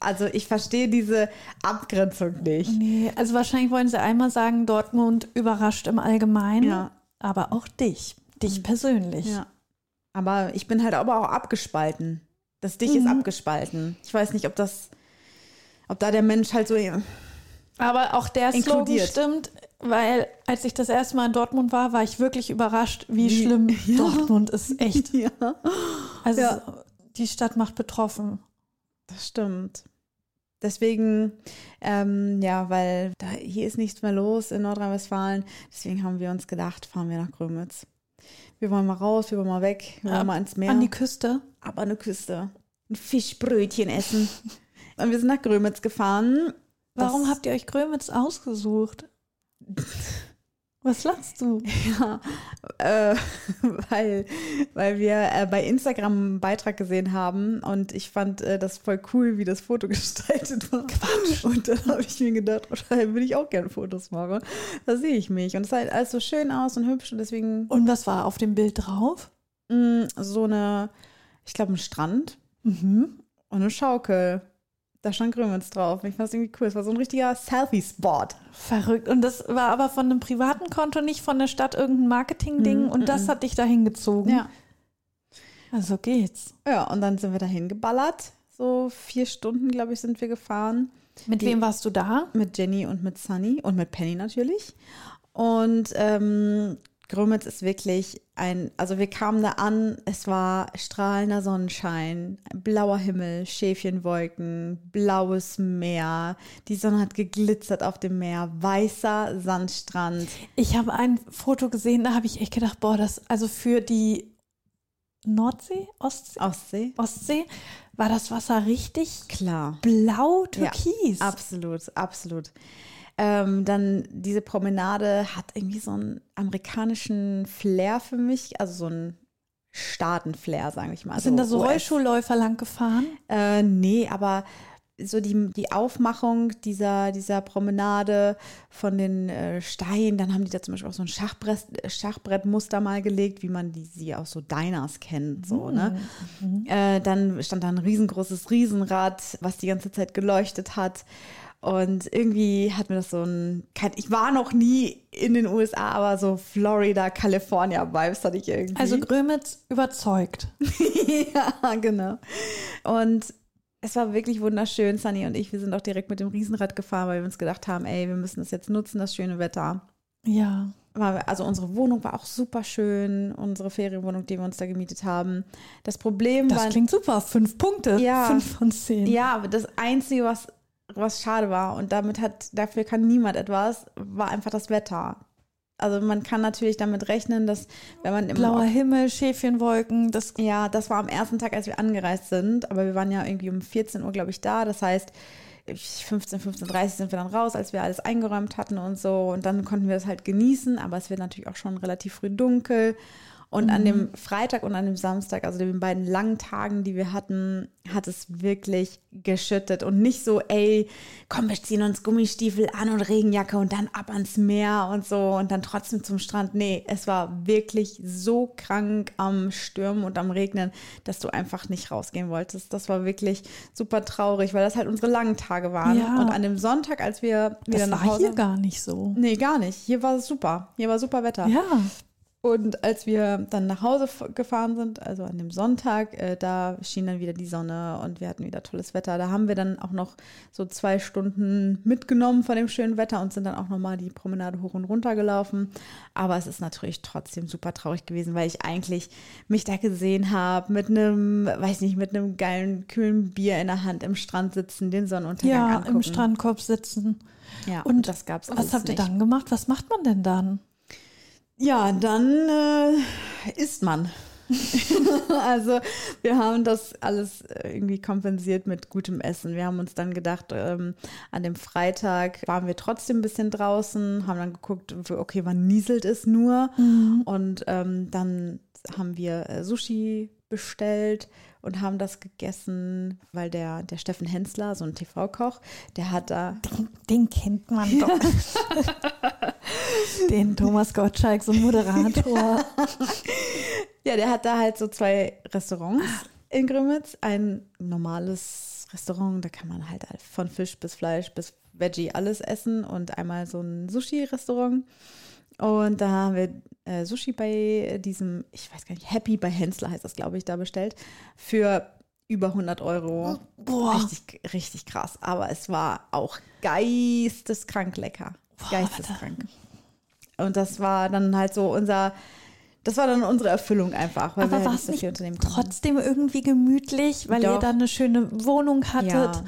Speaker 3: Also ich verstehe diese Abgrenzung nicht.
Speaker 2: Nee, also wahrscheinlich wollen sie einmal sagen, Dortmund überrascht im Allgemeinen,
Speaker 3: Ja. Mhm.
Speaker 2: aber auch dich, dich persönlich.
Speaker 3: Ja. Aber ich bin halt aber auch abgespalten. Das Dich
Speaker 2: Mhm.
Speaker 3: ist abgespalten. Ich weiß nicht, ob das, ob da der Mensch halt so.
Speaker 2: <laughs> Aber auch der Slogan
Speaker 3: Inkludiert.
Speaker 2: stimmt, weil als ich das erste Mal in Dortmund war, war ich wirklich überrascht, wie <laughs> schlimm Dortmund ist. Echt.
Speaker 3: Ja,
Speaker 2: Also
Speaker 3: Ja.
Speaker 2: die Stadt macht betroffen.
Speaker 3: das stimmt. Deswegen, ähm, ja, weil da, hier ist nichts mehr los in Nordrhein-Westfalen. Deswegen haben wir uns gedacht, fahren wir nach Grömitz. Wir wollen mal raus, wir wollen mal weg, wir wollen
Speaker 2: Ab-
Speaker 3: mal ans Meer.
Speaker 2: An die Küste.
Speaker 3: aber eine Küste. Ein
Speaker 2: <laughs>
Speaker 3: Fischbrötchen essen. Und wir sind nach Grömitz gefahren.
Speaker 2: Warum
Speaker 3: Das-
Speaker 2: habt ihr euch Grömitz ausgesucht? Was lachst du?
Speaker 3: <laughs> äh, weil, weil wir äh, bei Instagram einen Beitrag gesehen haben und ich fand äh, das voll cool, wie das Foto <laughs> gestaltet war. Quatsch. Und dann habe ich mir gedacht, <laughs> oh, da würde ich auch gerne Fotos machen. Da sehe ich mich. Und es sah halt alles so schön aus und hübsch und deswegen
Speaker 2: Und was war auf dem Bild drauf?
Speaker 3: mh, so eine, ich glaube, ein Strand
Speaker 2: Mhm.
Speaker 3: und eine Schaukel. Da stand Grömitz drauf. Ich fand es irgendwie cool. Es war so ein richtiger Selfie-Spot.
Speaker 2: Verrückt. Und das war aber von einem privaten Konto, nicht von der Stadt irgendein Marketing-Ding.
Speaker 3: Mhm,
Speaker 2: Und das hat dich dahin gezogen.
Speaker 3: Ja.
Speaker 2: Also geht's.
Speaker 3: Ja, und dann sind wir dahin geballert. So vier Stunden, glaube ich, sind wir gefahren.
Speaker 2: Mit
Speaker 3: Die-
Speaker 2: wem warst du da?
Speaker 3: mit Jenny und mit Sunny und mit Penny natürlich. Und ähm, Grömitz ist wirklich ein, also wir kamen da an, es war strahlender Sonnenschein, blauer Himmel, Schäfchenwolken, blaues Meer, die Sonne hat geglitzert auf dem Meer, weißer Sandstrand.
Speaker 2: Ich habe ein Foto gesehen, da habe ich echt gedacht, boah, das, also für die Nordsee, Ostsee,
Speaker 3: Ostsee?
Speaker 2: Ostsee war das Wasser richtig
Speaker 3: Klar.
Speaker 2: blau türkis.
Speaker 3: Absolut, absolut. Ähm, dann diese Promenade hat irgendwie so einen amerikanischen Flair für mich, also so einen Staatenflair, sage ich mal.
Speaker 2: Sind da so
Speaker 3: US.
Speaker 2: Rollschuhläufer lang gefahren?
Speaker 3: Äh, nee, aber so die, die Aufmachung dieser, dieser Promenade von den äh, Steinen, dann haben die da zum Beispiel auch so ein Schachbrett, Schachbrettmuster mal gelegt, wie man die, sie aus so Diners kennt. So, ne? äh, dann stand da ein riesengroßes Riesenrad, was die ganze Zeit geleuchtet hat. Und irgendwie hat mir das so ein. kein- Ich war noch nie in den USA, aber so Florida, California-Vibes hatte ich irgendwie.
Speaker 2: Also Grömitz überzeugt.
Speaker 3: <laughs> ja, genau. Und es war wirklich wunderschön, Sunny und ich. Wir sind auch direkt mit dem Riesenrad gefahren, weil wir uns gedacht haben, ey, wir müssen das jetzt nutzen, das schöne Wetter.
Speaker 2: Ja.
Speaker 3: War, also unsere Wohnung war auch super schön, unsere Ferienwohnung, die wir uns da gemietet haben. Das Problem
Speaker 2: Das
Speaker 3: war,
Speaker 2: klingt super. Fünf Punkte.
Speaker 3: Ja.
Speaker 2: Fünf von zehn.
Speaker 3: ja, aber das Einzige, was, was schade war und damit hat, dafür kann niemand etwas, war einfach das Wetter. Also man kann natürlich damit rechnen, dass wenn man im
Speaker 2: Blauer Himmel, Schäfchenwolken, das
Speaker 3: Ja, das war am ersten Tag, als wir angereist sind, aber wir waren ja irgendwie um 14 Uhr, glaube ich, da. Das heißt, 15, 15.30 Uhr sind wir dann raus, als wir alles eingeräumt hatten und so. Und dann konnten wir es halt genießen, aber es wird natürlich auch schon relativ früh dunkel. Und an dem Freitag und an dem Samstag, also den beiden langen Tagen, die wir hatten, hat es wirklich geschüttet. Und nicht so, ey, komm, wir ziehen uns Gummistiefel an und Regenjacke und dann ab ans Meer und so und dann trotzdem zum Strand. Nee, es war wirklich so krank am Stürmen und am Regnen, dass du einfach nicht rausgehen wolltest. Das war wirklich super traurig, weil das halt unsere langen Tage waren.
Speaker 2: Ja.
Speaker 3: Und an dem Sonntag, als wir wieder
Speaker 2: das
Speaker 3: nach
Speaker 2: war
Speaker 3: Hause.
Speaker 2: hier gar nicht so.
Speaker 3: Nee, gar nicht. Hier war es super. Hier war super Wetter.
Speaker 2: Ja.
Speaker 3: Und als wir dann nach Hause f- gefahren sind, also an dem Sonntag, äh, da schien dann wieder die Sonne und wir hatten wieder tolles Wetter. Da haben wir dann auch noch so zwei Stunden mitgenommen von dem schönen Wetter und sind dann auch nochmal die Promenade hoch und runter gelaufen. Aber es ist natürlich trotzdem super traurig gewesen, weil ich eigentlich mich da gesehen habe mit einem, weiß nicht, mit einem geilen, kühlen Bier in der Hand im Strand sitzen, den Sonnenuntergang
Speaker 2: Ja,
Speaker 3: angucken.
Speaker 2: im Strandkorb sitzen.
Speaker 3: Ja, und,
Speaker 2: Und
Speaker 3: das gab's alles
Speaker 2: Was habt ihr
Speaker 3: nicht.
Speaker 2: dann gemacht? Was macht man denn dann?
Speaker 3: Ja, dann äh, isst man. <laughs> also wir haben das alles äh, irgendwie kompensiert mit gutem Essen. Wir haben uns dann gedacht, ähm, an dem Freitag waren wir trotzdem ein bisschen draußen, haben dann geguckt, w- okay, wann nieselt es nur? Und ähm, dann haben wir äh, Sushi bestellt und haben das gegessen, weil der, der Steffen Hensler, so ein TV-Koch, der hat da
Speaker 2: Den kennt man
Speaker 3: <laughs>
Speaker 2: doch. Den Thomas Gottschalk, so Moderator.
Speaker 3: Ja, der hat da halt so zwei Restaurants in Grömitz. Ein normales Restaurant, da kann man halt von Fisch bis Fleisch bis Veggie alles essen und einmal so ein Sushi-Restaurant. Und da haben wir äh, Sushi bei diesem, ich weiß gar nicht, Happy bei Hensler heißt das, glaube ich, da bestellt. Für über 100 Euro.
Speaker 2: Oh, Boah.
Speaker 3: Richtig, richtig krass. Aber es war auch geisteskrank lecker. Geisteskrank. Und das war dann halt so unser, das war dann unsere Erfüllung einfach. Weil
Speaker 2: Aber
Speaker 3: wir halt
Speaker 2: war
Speaker 3: nicht
Speaker 2: es
Speaker 3: so
Speaker 2: nicht
Speaker 3: viel unternehmen konnten.
Speaker 2: trotzdem irgendwie gemütlich, weil ihr
Speaker 3: Doch.
Speaker 2: da eine schöne Wohnung hattet?
Speaker 3: Ja.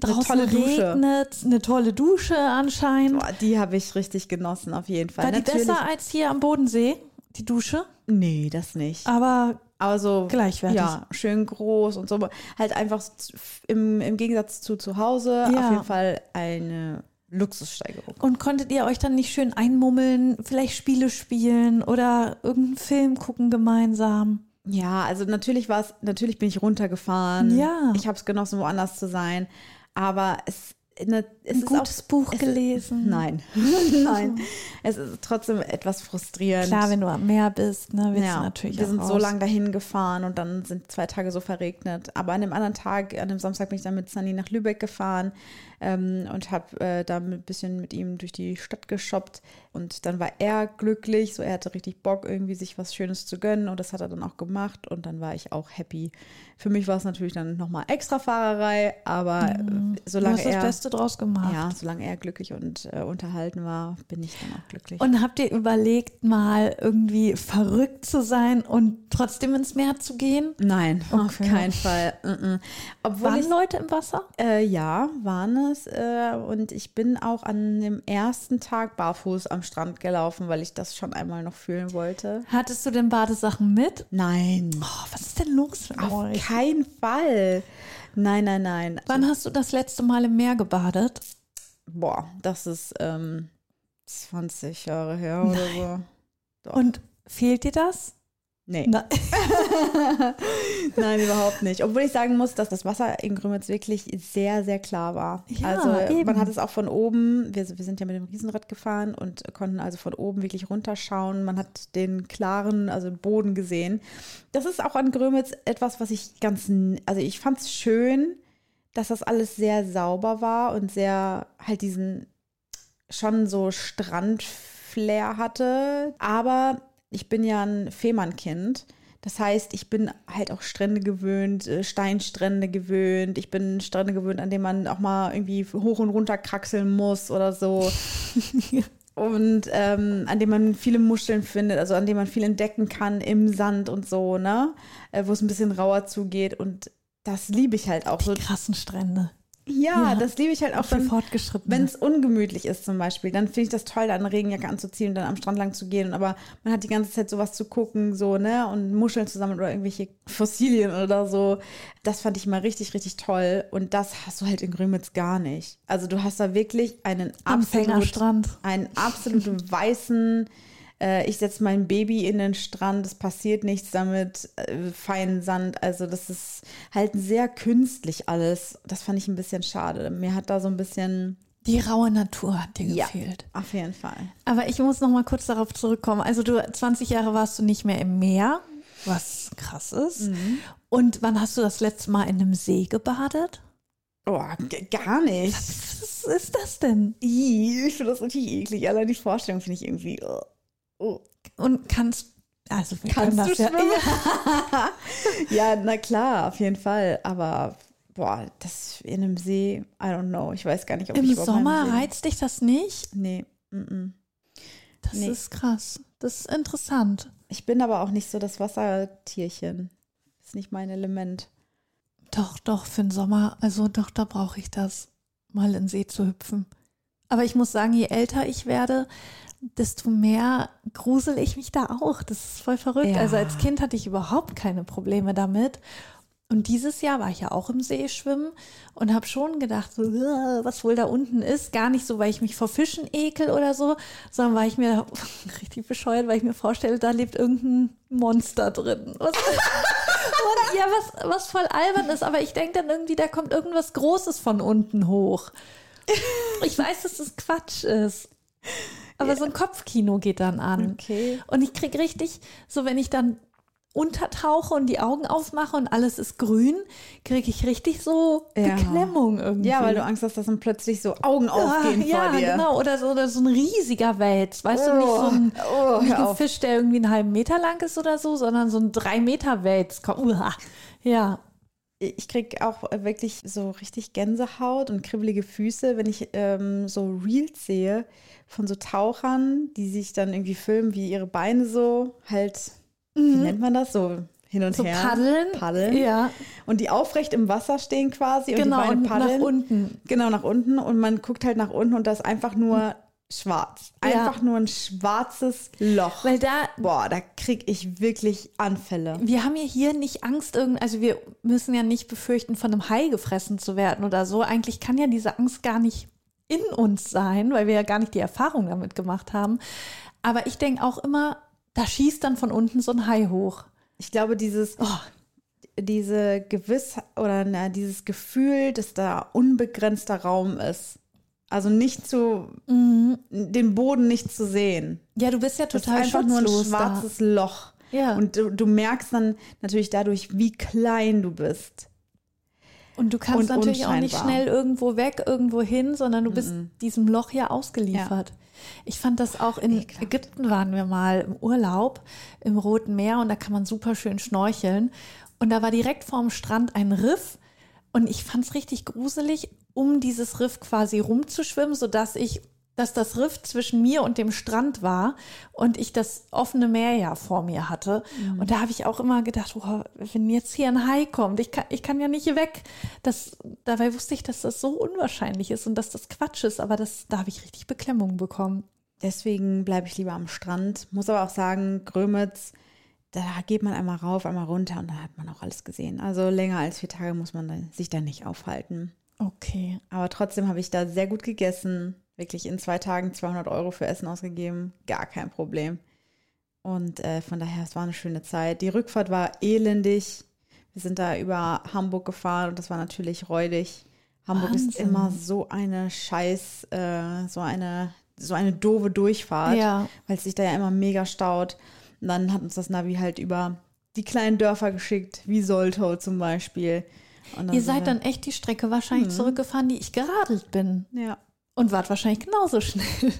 Speaker 2: Draußen
Speaker 3: Eine tolle Dusche.
Speaker 2: regnet, eine tolle Dusche anscheinend.
Speaker 3: Boah, die habe ich richtig genossen, auf jeden Fall.
Speaker 2: War die besser als hier am Bodensee, die Dusche?
Speaker 3: Nee, das nicht.
Speaker 2: Aber
Speaker 3: Aber so
Speaker 2: Ah, Gleichwertig.
Speaker 3: Ja, schön groß und so. aber Halt einfach so zu- im, im Gegensatz zu zu Hause
Speaker 2: Ja.
Speaker 3: auf jeden Fall eine Luxussteigerung.
Speaker 2: und konntet ihr euch dann nicht schön einmummeln, vielleicht Spiele spielen oder irgendeinen Film gucken gemeinsam?
Speaker 3: Ja, also natürlich war es, natürlich bin ich runtergefahren.
Speaker 2: Ja.
Speaker 3: Ich habe es genossen, woanders zu sein. Aber es, ne, es
Speaker 2: Ein
Speaker 3: ist
Speaker 2: gutes
Speaker 3: auch,
Speaker 2: Buch
Speaker 3: es-
Speaker 2: gelesen. <laughs>
Speaker 3: Nein, <laughs> nein. Es ist trotzdem etwas frustrierend.
Speaker 2: Klar, wenn du am Meer bist, ne, willst
Speaker 3: ja,
Speaker 2: du natürlich
Speaker 3: wir
Speaker 2: auch
Speaker 3: sind so
Speaker 2: raus.
Speaker 3: lange dahin gefahren und dann sind zwei Tage so verregnet. Aber an dem anderen Tag, an dem Samstag bin ich dann mit Sunny nach Lübeck gefahren ähm, und habe äh, da ein bisschen mit ihm durch die Stadt geshoppt. Und dann war er glücklich, so er hatte richtig Bock, irgendwie sich was Schönes zu gönnen und das hat er dann auch gemacht und dann war ich auch happy. Für mich war es natürlich dann nochmal extra Fahrerei, aber äh,
Speaker 2: Du
Speaker 3: solange
Speaker 2: hast das
Speaker 3: er,
Speaker 2: Beste draus gemacht.
Speaker 3: ja, solange er glücklich und äh, unterhalten war, bin ich dann auch glücklich.
Speaker 2: Und habt ihr überlegt, mal irgendwie verrückt zu sein und trotzdem ins Meer zu gehen?
Speaker 3: Nein, auf
Speaker 2: Okay.
Speaker 3: keinen Fall. Mm -mm. Obwohl ich
Speaker 2: Waren Leute im Wasser?
Speaker 3: Äh, ja, waren es. Äh, und ich bin auch an dem ersten Tag barfuß am Strand gelaufen, weil ich das schon einmal noch fühlen wollte.
Speaker 2: Hattest du denn Badesachen mit?
Speaker 3: Nein.
Speaker 2: Oh, was ist denn los mit
Speaker 3: Auf
Speaker 2: euch?
Speaker 3: keinen Fall. Nein, nein, nein.
Speaker 2: Wann hast du das letzte Mal im Meer gebadet?
Speaker 3: boah, das ist ähm, 20 Jahre her oder so. Doch.
Speaker 2: Und fehlt dir das?
Speaker 3: nee.
Speaker 2: Na, <laughs>
Speaker 3: Nein, überhaupt nicht. Obwohl ich sagen muss, dass das Wasser in Grömitz wirklich sehr, sehr klar war.
Speaker 2: Ja,
Speaker 3: also
Speaker 2: eben.
Speaker 3: man hat es auch von oben, wir, wir sind ja mit dem Riesenrad gefahren und konnten also von oben wirklich runterschauen. Man hat den klaren, also Boden gesehen. Das ist auch an Grömitz etwas, was ich ganz, n- also ich fand es schön, dass das alles sehr sauber war und sehr halt diesen schon so Strandflair hatte. Aber ich bin ja ein Fehmarnkind. Das heißt, ich bin halt auch Strände gewöhnt, äh, Steinstrände gewöhnt. Ich bin Strände gewöhnt, an denen man auch mal irgendwie hoch und runter kraxeln muss oder so. und ähm, an dem man viele Muscheln findet, also an dem man viel entdecken kann im Sand und so, ne? Äh, Wo es ein bisschen rauer zugeht. Und das liebe ich halt auch so.
Speaker 2: die krassen Strände.
Speaker 3: Ja,
Speaker 2: Ja.
Speaker 3: das liebe ich halt auch
Speaker 2: Auch für
Speaker 3: dann
Speaker 2: Fortgeschrittene.
Speaker 3: wenn es ungemütlich ist zum Beispiel, dann finde ich das toll, dann eine Regenjacke anzuziehen und dann am Strand lang zu gehen. Aber man hat die ganze Zeit sowas zu gucken, so, ne? Und Muscheln zusammen oder irgendwelche Fossilien oder so. Das fand ich mal richtig, richtig toll. Und das hast du halt in Grömitz gar nicht. Also du hast da wirklich einen absolut,
Speaker 2: Anfängerstrand.
Speaker 3: einen absoluten weißen, äh, ich setze mein Baby in den Strand, es passiert nichts damit, äh, feinen Sand. Also das ist halt sehr künstlich alles. Das fand ich ein bisschen schade. Mir hat da so ein bisschen
Speaker 2: Die raue Natur hat dir
Speaker 3: Ja.
Speaker 2: gefehlt.
Speaker 3: auf jeden Fall.
Speaker 2: Aber ich muss noch mal kurz darauf zurückkommen. Also du 20 Jahre warst du nicht mehr im Meer, was krass ist.
Speaker 3: Mhm.
Speaker 2: Und wann hast du das letzte Mal in einem See gebadet?
Speaker 3: Oh, g- gar nicht.
Speaker 2: Was ist das denn?
Speaker 3: Ih, Ich finde das richtig eklig. Allein die Vorstellung finde ich irgendwie. Oh. Oh.
Speaker 2: Und kannst also wir
Speaker 3: Kannst
Speaker 2: können
Speaker 3: du
Speaker 2: das ja,
Speaker 3: schwimmen? <laughs> Ja, na klar, auf jeden Fall. Aber boah, das in einem See, I don't know. Ich weiß gar nicht, ob ich
Speaker 2: im
Speaker 3: überhaupt mal
Speaker 2: Sommer
Speaker 3: See-
Speaker 2: reizt dich das nicht?
Speaker 3: Nee, mm-mm.
Speaker 2: Das
Speaker 3: Nee.
Speaker 2: ist krass. Das ist interessant.
Speaker 3: ich bin aber auch nicht so das Wassertierchen. Ist nicht mein Element.
Speaker 2: Doch, doch, für den Sommer, also doch, da brauche ich das, mal in den See zu hüpfen. Aber ich muss sagen, je älter ich werde, desto mehr grusel ich mich da auch. Das ist voll verrückt.
Speaker 3: Ja.
Speaker 2: Also als Kind hatte ich überhaupt keine Probleme damit. Und dieses Jahr war ich ja auch im See schwimmen und habe schon gedacht, so, "Uah, was wohl da unten ist. Gar nicht so, weil ich mich vor Fischen ekel oder so, sondern weil ich mir <laughs> richtig bescheuert, weil ich mir vorstelle, da lebt irgendein Monster drin. Was, <laughs> und, ja, was, was voll albern ist, aber ich denke dann irgendwie, da kommt irgendwas Großes von unten hoch. Ich weiß, dass das Quatsch ist. Aber so ein Kopfkino geht dann an.
Speaker 3: Okay.
Speaker 2: Und ich kriege richtig, so wenn ich dann untertauche und die Augen aufmache und alles ist grün, kriege ich richtig so
Speaker 3: Ja.
Speaker 2: Beklemmung irgendwie.
Speaker 3: Ja, weil du Angst hast, dass dann plötzlich so Augen aufgehen
Speaker 2: Ah, ja,
Speaker 3: vor dir.
Speaker 2: genau. Oder so, oder so ein riesiger Wels. Weißt du,
Speaker 3: Oh,
Speaker 2: nicht so ein,
Speaker 3: oh,
Speaker 2: nicht
Speaker 3: hör
Speaker 2: ein
Speaker 3: auf.
Speaker 2: Fisch, der irgendwie einen halben Meter lang ist oder so, sondern so ein drei Meter Wels kommt. Uah. Ja,
Speaker 3: ich krieg auch äh, wirklich so richtig Gänsehaut und kribbelige Füße, wenn ich ähm, so Reels sehe von so Tauchern, die sich dann irgendwie filmen, wie ihre Beine so halt, wie nennt man das so? Hin und
Speaker 2: Mhm. so
Speaker 3: her.
Speaker 2: paddeln.
Speaker 3: Paddeln.
Speaker 2: Ja,
Speaker 3: Und die aufrecht im Wasser stehen quasi
Speaker 2: genau.
Speaker 3: und
Speaker 2: Und
Speaker 3: die Beine paddeln.
Speaker 2: nach unten.
Speaker 3: Genau, nach unten. Und man guckt halt nach unten und das ist einfach nur schwarz.
Speaker 2: Mhm. Ja.
Speaker 3: Einfach nur ein schwarzes Loch.
Speaker 2: Weil da,
Speaker 3: Boah, da krieg ich wirklich Anfälle.
Speaker 2: wir haben ja hier nicht Angst, irgend, also wir müssen ja nicht befürchten, von einem Hai gefressen zu werden oder so. Eigentlich kann ja diese Angst gar nicht in uns sein, weil wir ja gar nicht die Erfahrung damit gemacht haben. Aber ich denke auch immer, da schießt dann von unten so ein Hai hoch.
Speaker 3: Ich glaube, dieses, oh, diese Gewiss oder na, dieses Gefühl, dass da unbegrenzter Raum ist. Also nicht zu, den Boden nicht zu sehen.
Speaker 2: Ja, du bist ja
Speaker 3: Das ist
Speaker 2: Mhm. total
Speaker 3: einfach nur ein
Speaker 2: schutzlos da.
Speaker 3: schwarzes Loch.
Speaker 2: Ja.
Speaker 3: Und du, du merkst dann natürlich dadurch, wie klein du bist.
Speaker 2: Und du kannst
Speaker 3: und
Speaker 2: natürlich auch nicht
Speaker 3: unscheinbar.
Speaker 2: schnell irgendwo weg, irgendwo hin, sondern du bist diesem Loch ja ausgeliefert. Ich fand das auch in
Speaker 3: Ekelhaft.
Speaker 2: Ägypten waren wir mal im Urlaub im Roten Meer und da kann man super schön schnorcheln. Und da war direkt vorm Strand ein Riff und ich fand es richtig gruselig, um dieses Riff quasi rumzuschwimmen, sodass ich dass das Riff zwischen mir und dem Strand war und ich das offene Meer ja vor mir hatte. Und da habe ich auch immer gedacht, wow, wenn jetzt hier ein Hai kommt, ich kann, ich kann ja nicht weg. Das, dabei wusste ich, dass das so unwahrscheinlich ist und dass das Quatsch ist, aber das, da habe ich richtig Beklemmung bekommen.
Speaker 3: Deswegen bleibe ich lieber am Strand. Muss aber auch sagen, Grömitz, da geht man einmal rauf, einmal runter und dann hat man auch alles gesehen. Also länger als vier Tage muss man dann, sich da nicht aufhalten.
Speaker 2: Okay.
Speaker 3: Aber trotzdem habe ich da sehr gut gegessen. Wirklich in zwei Tagen 200 Euro für Essen ausgegeben. Gar kein Problem. Und äh, von daher, es war eine schöne Zeit. Die Rückfahrt war elendig. Wir sind da über Hamburg gefahren und das war natürlich räudig. Hamburg ist
Speaker 2: Wahnsinn.
Speaker 3: immer so eine Scheiß, äh, so eine, so eine doofe Durchfahrt
Speaker 2: Ja.
Speaker 3: weil es sich da ja immer mega staut. Und dann hat uns das Navi halt über die kleinen Dörfer geschickt, wie Soltau zum Beispiel. Und
Speaker 2: Ihr
Speaker 3: sind
Speaker 2: seid
Speaker 3: wir-
Speaker 2: dann echt die Strecke wahrscheinlich zurückgefahren, die ich geradelt bin.
Speaker 3: Ja.
Speaker 2: Und wart wahrscheinlich genauso schnell.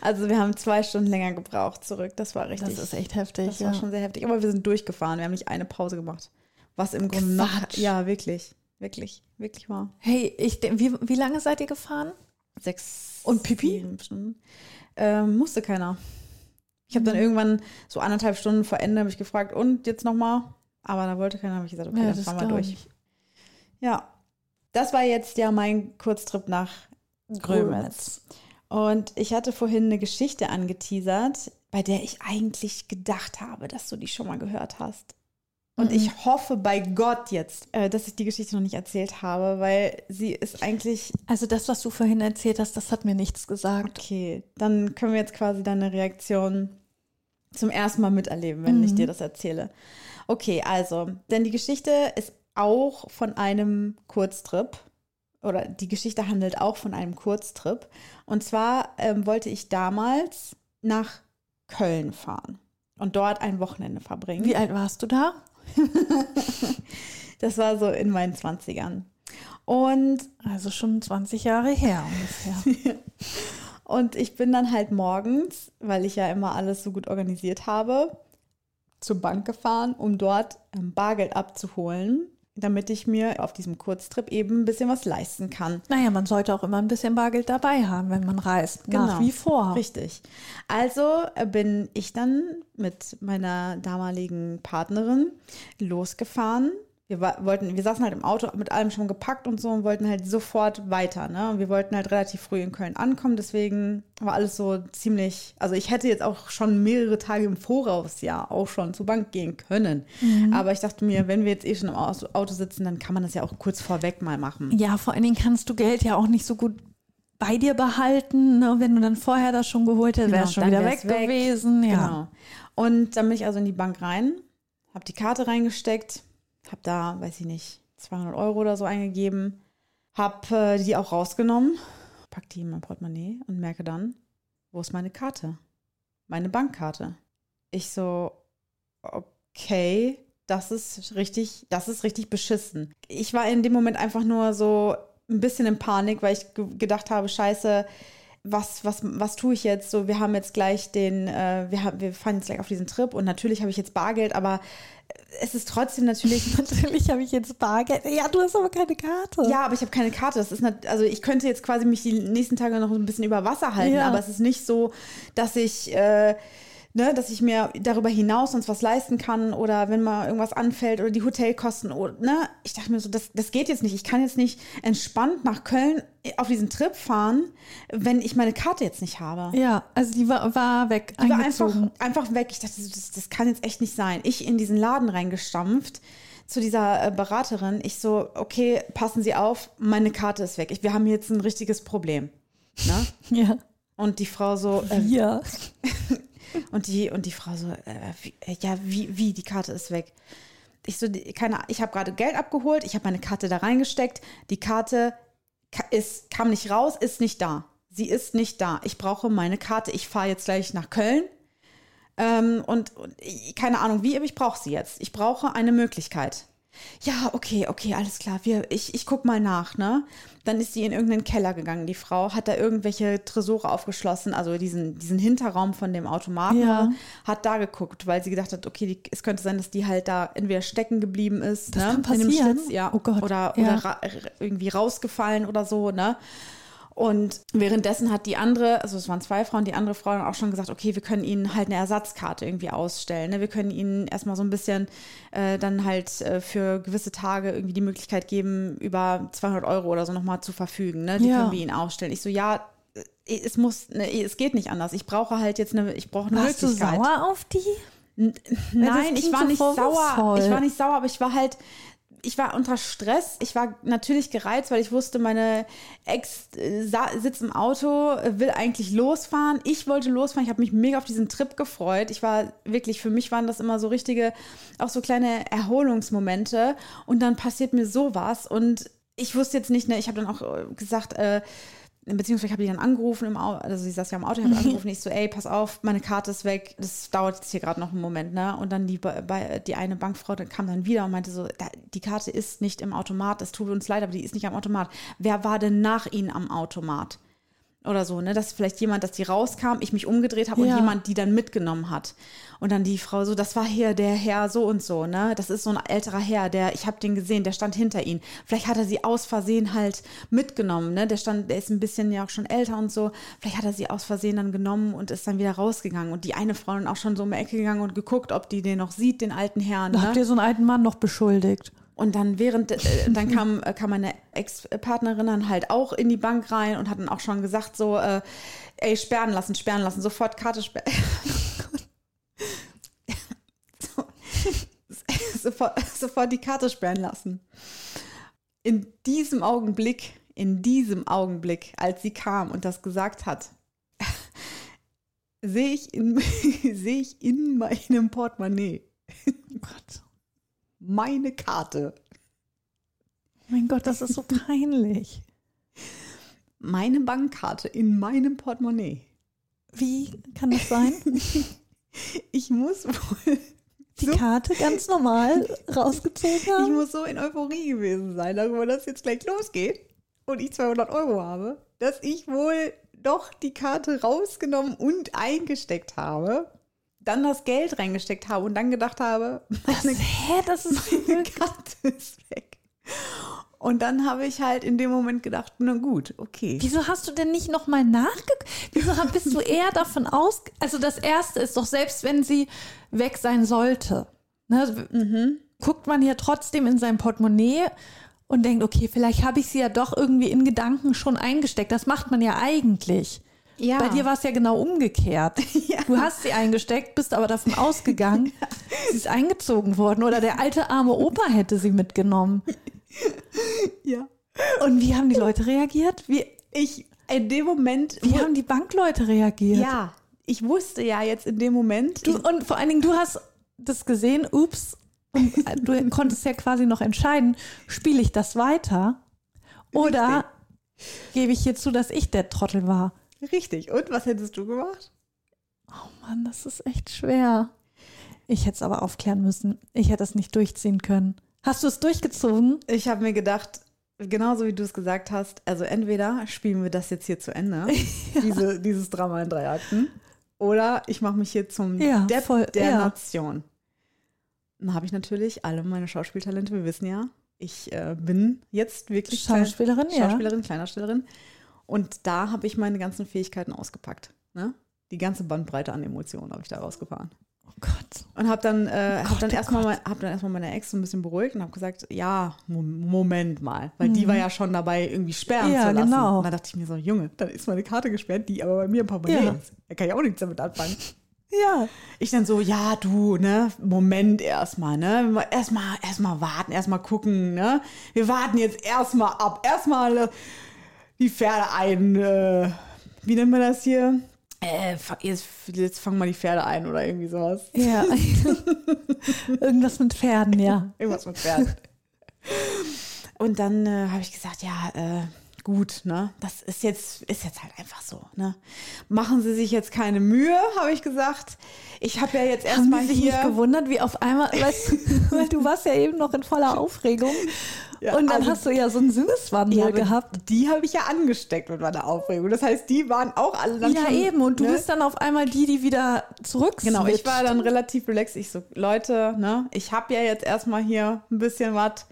Speaker 3: Also wir haben zwei Stunden länger gebraucht zurück. Das war richtig.
Speaker 2: Das ist echt heftig.
Speaker 3: das
Speaker 2: ja.
Speaker 3: war schon sehr heftig. Aber wir sind durchgefahren. Wir haben nicht eine Pause gemacht. Was im Grunde noch.
Speaker 2: Quatsch.
Speaker 3: Ja, wirklich. Wirklich. Wirklich war.
Speaker 2: hey, ich, denk- wie, wie lange seid ihr gefahren?
Speaker 3: Sechs.
Speaker 2: Und Pipi?
Speaker 3: sieben Stunden. Ähm, musste keiner. Ich habe dann
Speaker 2: Mhm.
Speaker 3: irgendwann so anderthalb Stunden vor Ende habe ich gefragt und jetzt nochmal. Aber da wollte keiner. Habe ich gesagt, okay, dann fahren wir
Speaker 2: glaub
Speaker 3: durch.
Speaker 2: ich.
Speaker 3: Ja, das war jetzt ja mein Kurztrip nach Grömitz.
Speaker 2: Grömitz.
Speaker 3: Und ich hatte vorhin eine Geschichte angeteasert, bei der ich eigentlich gedacht habe, dass du die schon mal gehört hast. Und
Speaker 2: Mhm.
Speaker 3: ich hoffe bei Gott jetzt, äh, dass ich die Geschichte noch nicht erzählt habe, weil sie ist eigentlich,
Speaker 2: Also das, was du vorhin erzählt hast, das hat mir nichts gesagt.
Speaker 3: okay, dann können wir jetzt quasi deine Reaktion zum ersten Mal miterleben, wenn ich
Speaker 2: Mhm.
Speaker 3: dir das erzähle. Okay, also, denn die Geschichte ist auch von einem Kurztrip. Oder die Geschichte handelt auch von einem Kurztrip. Und zwar ähm, wollte ich damals nach Köln fahren und dort ein Wochenende verbringen.
Speaker 2: Wie alt warst du da?
Speaker 3: Das war so in meinen 20ern. Und
Speaker 2: Also schon 20 Jahre her <laughs> ungefähr.
Speaker 3: Und ich bin dann halt morgens, weil ich ja immer alles so gut organisiert habe, zur Bank gefahren, um dort ähm, Bargeld abzuholen, damit ich mir auf diesem Kurztrip eben ein bisschen was leisten kann.
Speaker 2: naja, man sollte auch immer ein bisschen Bargeld dabei haben, wenn man reist. Nach
Speaker 3: Genau.
Speaker 2: wie vor.
Speaker 3: Richtig. Also äh, bin ich dann mit meiner damaligen Partnerin losgefahren. Wir wa- wollten, wir saßen halt im Auto mit allem schon gepackt und so und wollten halt sofort weiter. Ne? Und wir wollten halt relativ früh in Köln ankommen, deswegen war alles so ziemlich. Also ich hätte jetzt auch schon mehrere Tage im Voraus ja auch schon zur Bank gehen können.
Speaker 2: Mhm.
Speaker 3: Aber ich dachte mir, wenn wir jetzt eh schon im Aus- Auto sitzen, dann kann man das ja auch kurz vorweg mal machen.
Speaker 2: Ja, vor allen Dingen kannst du Geld ja auch nicht so gut bei dir behalten. Ne? Wenn du dann vorher das schon geholt hättest, wäre es
Speaker 3: Genau,
Speaker 2: schon
Speaker 3: dann
Speaker 2: wieder
Speaker 3: wär's
Speaker 2: weg,
Speaker 3: weg.
Speaker 2: gewesen. Ja.
Speaker 3: Genau. Und dann bin ich also in die Bank rein, habe die Karte reingesteckt, habe da, weiß ich nicht, 200 Euro oder so eingegeben, habe äh, die auch rausgenommen, pack die in mein Portemonnaie und merke dann, wo ist meine Karte? Meine Bankkarte. Ich so, okay, das ist richtig, das ist richtig beschissen. Ich war in dem Moment einfach nur so ein bisschen in Panik, weil ich ge gedacht habe, scheiße, was, was, was tue ich jetzt? So, wir haben jetzt gleich den, äh, wir, haben, wir fahren jetzt gleich auf diesen Trip und natürlich habe ich jetzt Bargeld, aber es ist trotzdem natürlich.
Speaker 2: Natürlich habe ich jetzt Bargeld. Ja, du hast aber keine Karte.
Speaker 3: Ja, aber ich habe keine Karte. Das ist nat- also ich könnte jetzt quasi mich die nächsten Tage noch so ein bisschen über Wasser halten,
Speaker 2: Ja.
Speaker 3: aber es ist nicht so, dass ich, äh, ne, dass ich mir darüber hinaus sonst was leisten kann oder wenn mal irgendwas anfällt oder die Hotelkosten oder ne, ich dachte mir so, das, das geht jetzt nicht. Ich kann jetzt nicht entspannt nach Köln äh, auf diesen Trip fahren, wenn ich meine Karte jetzt nicht habe.
Speaker 2: Ja, also die war, war weg,
Speaker 3: Die war einfach,
Speaker 2: eingezogen.
Speaker 3: einfach weg. Ich dachte, so, das, das kann jetzt echt nicht sein. Ich in diesen Laden reingestampft zu dieser äh, Beraterin. Ich so, okay, passen Sie auf, meine Karte ist weg. Ich, wir haben jetzt ein richtiges Problem. Ne? <laughs>
Speaker 2: <laughs> ja.
Speaker 3: Und die Frau so, äh,
Speaker 2: Ja.
Speaker 3: und die, und die Frau so, äh, wie, äh, ja, wie, wie, die Karte ist weg. Ich so, die, keine, Ah- ich habe gerade Geld abgeholt, ich habe meine Karte da reingesteckt, die Karte ka- ist, kam nicht raus, ist nicht da. Sie ist nicht da. Ich brauche meine Karte. Ich fahre jetzt gleich nach Köln. Ähm, und, und ich- keine Ahnung wie, aber ich brauche sie jetzt. Ich brauche eine Möglichkeit. Ja, okay, okay, alles klar. Wir, ich, ich guck mal nach, ne? Dann ist sie in irgendeinen Keller gegangen, die Frau, hat da irgendwelche Tresore aufgeschlossen, also diesen, diesen Hinterraum von dem Automaten, ne?
Speaker 2: Ja.
Speaker 3: hat da geguckt, weil sie gedacht hat, okay, die, es könnte sein, dass die halt da entweder stecken geblieben ist,
Speaker 2: Das
Speaker 3: ne?
Speaker 2: kann
Speaker 3: in dem
Speaker 2: passieren.
Speaker 3: Schlitz, ja.
Speaker 2: Oh Gott,
Speaker 3: Oder,
Speaker 2: ja.
Speaker 3: oder ra irgendwie rausgefallen oder so, ne? Und währenddessen hat die andere, also es waren zwei Frauen, die andere Frau dann auch schon gesagt, okay, wir können ihnen halt eine Ersatzkarte irgendwie ausstellen. Ne? Wir können ihnen erstmal so ein bisschen äh, dann halt äh, für gewisse Tage irgendwie die Möglichkeit geben, über 200 Euro oder so nochmal zu verfügen. Ne? Die
Speaker 2: Ja.
Speaker 3: können wir ihnen ausstellen. Ich so, ja, äh, es muss, ne, es geht nicht anders. Ich brauche halt jetzt eine, ich brauche eine
Speaker 2: Warst du
Speaker 3: Möglichkeit.
Speaker 2: sauer auf die?
Speaker 3: Nein,
Speaker 2: das
Speaker 3: ich
Speaker 2: klingt
Speaker 3: war
Speaker 2: so
Speaker 3: nicht sauer.
Speaker 2: vorwurfsvoll.
Speaker 3: Ich war nicht sauer, aber ich war halt ich war unter Stress. Ich war natürlich gereizt, weil ich wusste, meine Ex äh, sa- sitzt im Auto, äh, will eigentlich losfahren. Ich wollte losfahren. Ich habe mich mega auf diesen Trip gefreut. Ich war wirklich, für mich waren das immer so richtige, auch so kleine Erholungsmomente. Und dann passiert mir sowas. Und ich wusste jetzt nicht, ne, ich habe dann auch äh, gesagt, äh, Beziehungsweise habe ich dann angerufen im Auto, also sie saß ja im Auto, ich habe angerufen, ich so, ey, pass auf, meine Karte ist weg, das dauert jetzt hier gerade noch einen Moment, ne? Und dann die, Ba- bei, die eine Bankfrau dann kam dann wieder und meinte so, da, die Karte ist nicht im Automat, es tut uns leid, aber die ist nicht am Automat. Wer war denn nach Ihnen am Automat? Oder so, ne? Dass vielleicht jemand, dass die rauskam, ich mich umgedreht habe
Speaker 2: Ja.
Speaker 3: und jemand die dann mitgenommen hat. Und dann die Frau so, das war hier der Herr so und so, ne? Das ist so ein älterer Herr, der, ich habe den gesehen, der stand hinter ihnen. Vielleicht hat er sie aus Versehen halt mitgenommen, ne? Der stand, der ist ein bisschen ja auch schon älter und so. Vielleicht hat er sie aus Versehen dann genommen und ist dann wieder rausgegangen. Und die eine Frau dann auch schon so um die Ecke gegangen und geguckt, ob die den noch sieht, den alten Herrn.
Speaker 2: Da
Speaker 3: ne?
Speaker 2: habt ihr so einen alten Mann noch beschuldigt.
Speaker 3: Und dann während, äh, dann kam, äh, kam meine Ex-Partnerin dann halt auch in die Bank rein und hat dann auch schon gesagt so, äh, ey, sperren lassen, sperren lassen, sofort Karte sperren. <laughs> sofort, sofort die Karte sperren lassen. In diesem Augenblick, in diesem Augenblick, als sie kam und das gesagt hat, sehe ich, in- <laughs> sehe ich in meinem Portemonnaie
Speaker 2: Oh Gott.
Speaker 3: meine Karte.
Speaker 2: Mein Gott, das ist <laughs> so peinlich.
Speaker 3: meine Bankkarte in meinem Portemonnaie.
Speaker 2: Wie kann das sein?
Speaker 3: Ich muss wohl, <laughs>
Speaker 2: Die
Speaker 3: So.
Speaker 2: Karte ganz normal rausgezogen
Speaker 3: ich
Speaker 2: haben?
Speaker 3: muss so in Euphorie gewesen sein, darüber, dass jetzt gleich losgeht und ich 200 Euro habe, dass ich wohl doch die Karte rausgenommen und eingesteckt habe, dann das Geld reingesteckt habe und dann gedacht habe, <laughs> meine
Speaker 2: Hä, das ist
Speaker 3: meine <laughs> Karte ist weg. Und dann habe ich halt in dem Moment gedacht, na gut, okay.
Speaker 2: Wieso hast du denn nicht nochmal nachgeguckt? Wieso hab- bist du eher davon aus? Also das Erste ist doch, selbst wenn sie weg sein sollte, ne, guckt man ja trotzdem in sein Portemonnaie und denkt, okay, vielleicht habe ich sie ja doch irgendwie in Gedanken schon eingesteckt. Das macht man ja eigentlich.
Speaker 3: Ja.
Speaker 2: Bei dir war es ja genau
Speaker 3: <laughs>
Speaker 2: umgekehrt. Du hast sie eingesteckt, bist aber davon ausgegangen, sie ist eingezogen worden oder der alte arme Opa hätte sie mitgenommen.
Speaker 3: ja.
Speaker 2: Und wie haben die Leute reagiert? Wie,
Speaker 3: Ich, in dem Moment,
Speaker 2: wie haben die Bankleute reagiert?
Speaker 3: ja, ich wusste ja jetzt in dem Moment,
Speaker 2: Du, und vor allen Dingen, du hast das gesehen, ups, und äh, du konntest ja quasi noch entscheiden, spiele ich das weiter oder gebe ich hier zu, dass ich der Trottel war.
Speaker 3: Richtig. Und was hättest du gemacht?
Speaker 2: Mann, das ist echt schwer. Ich hätte es aber aufklären müssen. Ich hätte es nicht durchziehen können. Hast du es durchgezogen?
Speaker 3: Ich habe mir gedacht, genauso wie du es gesagt hast, also entweder spielen wir das jetzt hier zu <laughs> Ende, diese, dieses Drama in drei Akten, oder ich mache mich hier zum
Speaker 2: Ja,
Speaker 3: Depp
Speaker 2: voll,
Speaker 3: der
Speaker 2: ja.
Speaker 3: Nation. Dann habe ich natürlich alle meine Schauspieltalente, wir wissen ja, ich äh, bin jetzt wirklich klein-
Speaker 2: Schauspielerin, ja.
Speaker 3: Schauspielerin, Kleinerstellerin. Und da habe ich meine ganzen Fähigkeiten ausgepackt. Ne? Die ganze Bandbreite an Emotionen habe ich da rausgefahren.
Speaker 2: Oh Gott.
Speaker 3: Und habe dann, äh, hab
Speaker 2: Gott,
Speaker 3: dann
Speaker 2: oh
Speaker 3: erstmal mein- hab dann erstmal meine Ex so ein bisschen beruhigt und habe gesagt, ja, Mo- Moment mal, weil die war ja schon dabei, irgendwie sperren
Speaker 2: Mhm. Ja,
Speaker 3: zu lassen.
Speaker 2: genau.
Speaker 3: Und dann dachte ich mir so, Junge, dann ist meine Karte gesperrt, die aber bei mir ein paar Mal
Speaker 2: Ja.
Speaker 3: ist. Da kann ich auch nichts damit anfangen.
Speaker 2: Ja.
Speaker 3: Ich dann so, ja, du, ne, Moment erstmal, ne? Erstmal, erstmal warten, erstmal gucken, ne? Wir warten jetzt erstmal ab. Erstmal äh, die Pferde ein, äh, wie nennt man das hier? Äh, fa- jetzt, jetzt fangen mal die Pferde ein oder irgendwie sowas. <laughs>
Speaker 2: Ja. Irgendwas mit Pferden, ja.
Speaker 3: Irgendwas mit Pferden. <laughs> Und dann äh, habe ich gesagt, ja, äh, gut, ne? Das ist jetzt, ist jetzt halt einfach so, ne? Machen Sie sich jetzt keine Mühe, habe ich gesagt. Ich habe ja jetzt
Speaker 2: Haben
Speaker 3: erstmal
Speaker 2: die sich
Speaker 3: hier.
Speaker 2: nicht gewundert, wie auf
Speaker 3: <laughs>
Speaker 2: einmal, weißt, du, weil du warst ja eben noch in voller Aufregung
Speaker 3: Ja,
Speaker 2: und dann
Speaker 3: also-
Speaker 2: hast du ja so einen Sinneswandel
Speaker 3: Ja, aber
Speaker 2: gehabt.
Speaker 3: Die habe ich ja angesteckt mit meiner Aufregung. Das heißt, die waren auch alle dann
Speaker 2: Ja,
Speaker 3: schon,
Speaker 2: eben. Und du
Speaker 3: ne?
Speaker 2: bist dann auf einmal die, die wieder zurück
Speaker 3: Genau, ich war dann relativ relaxed. Ich so, Leute, ne, ich habe ja jetzt erstmal hier ein bisschen was.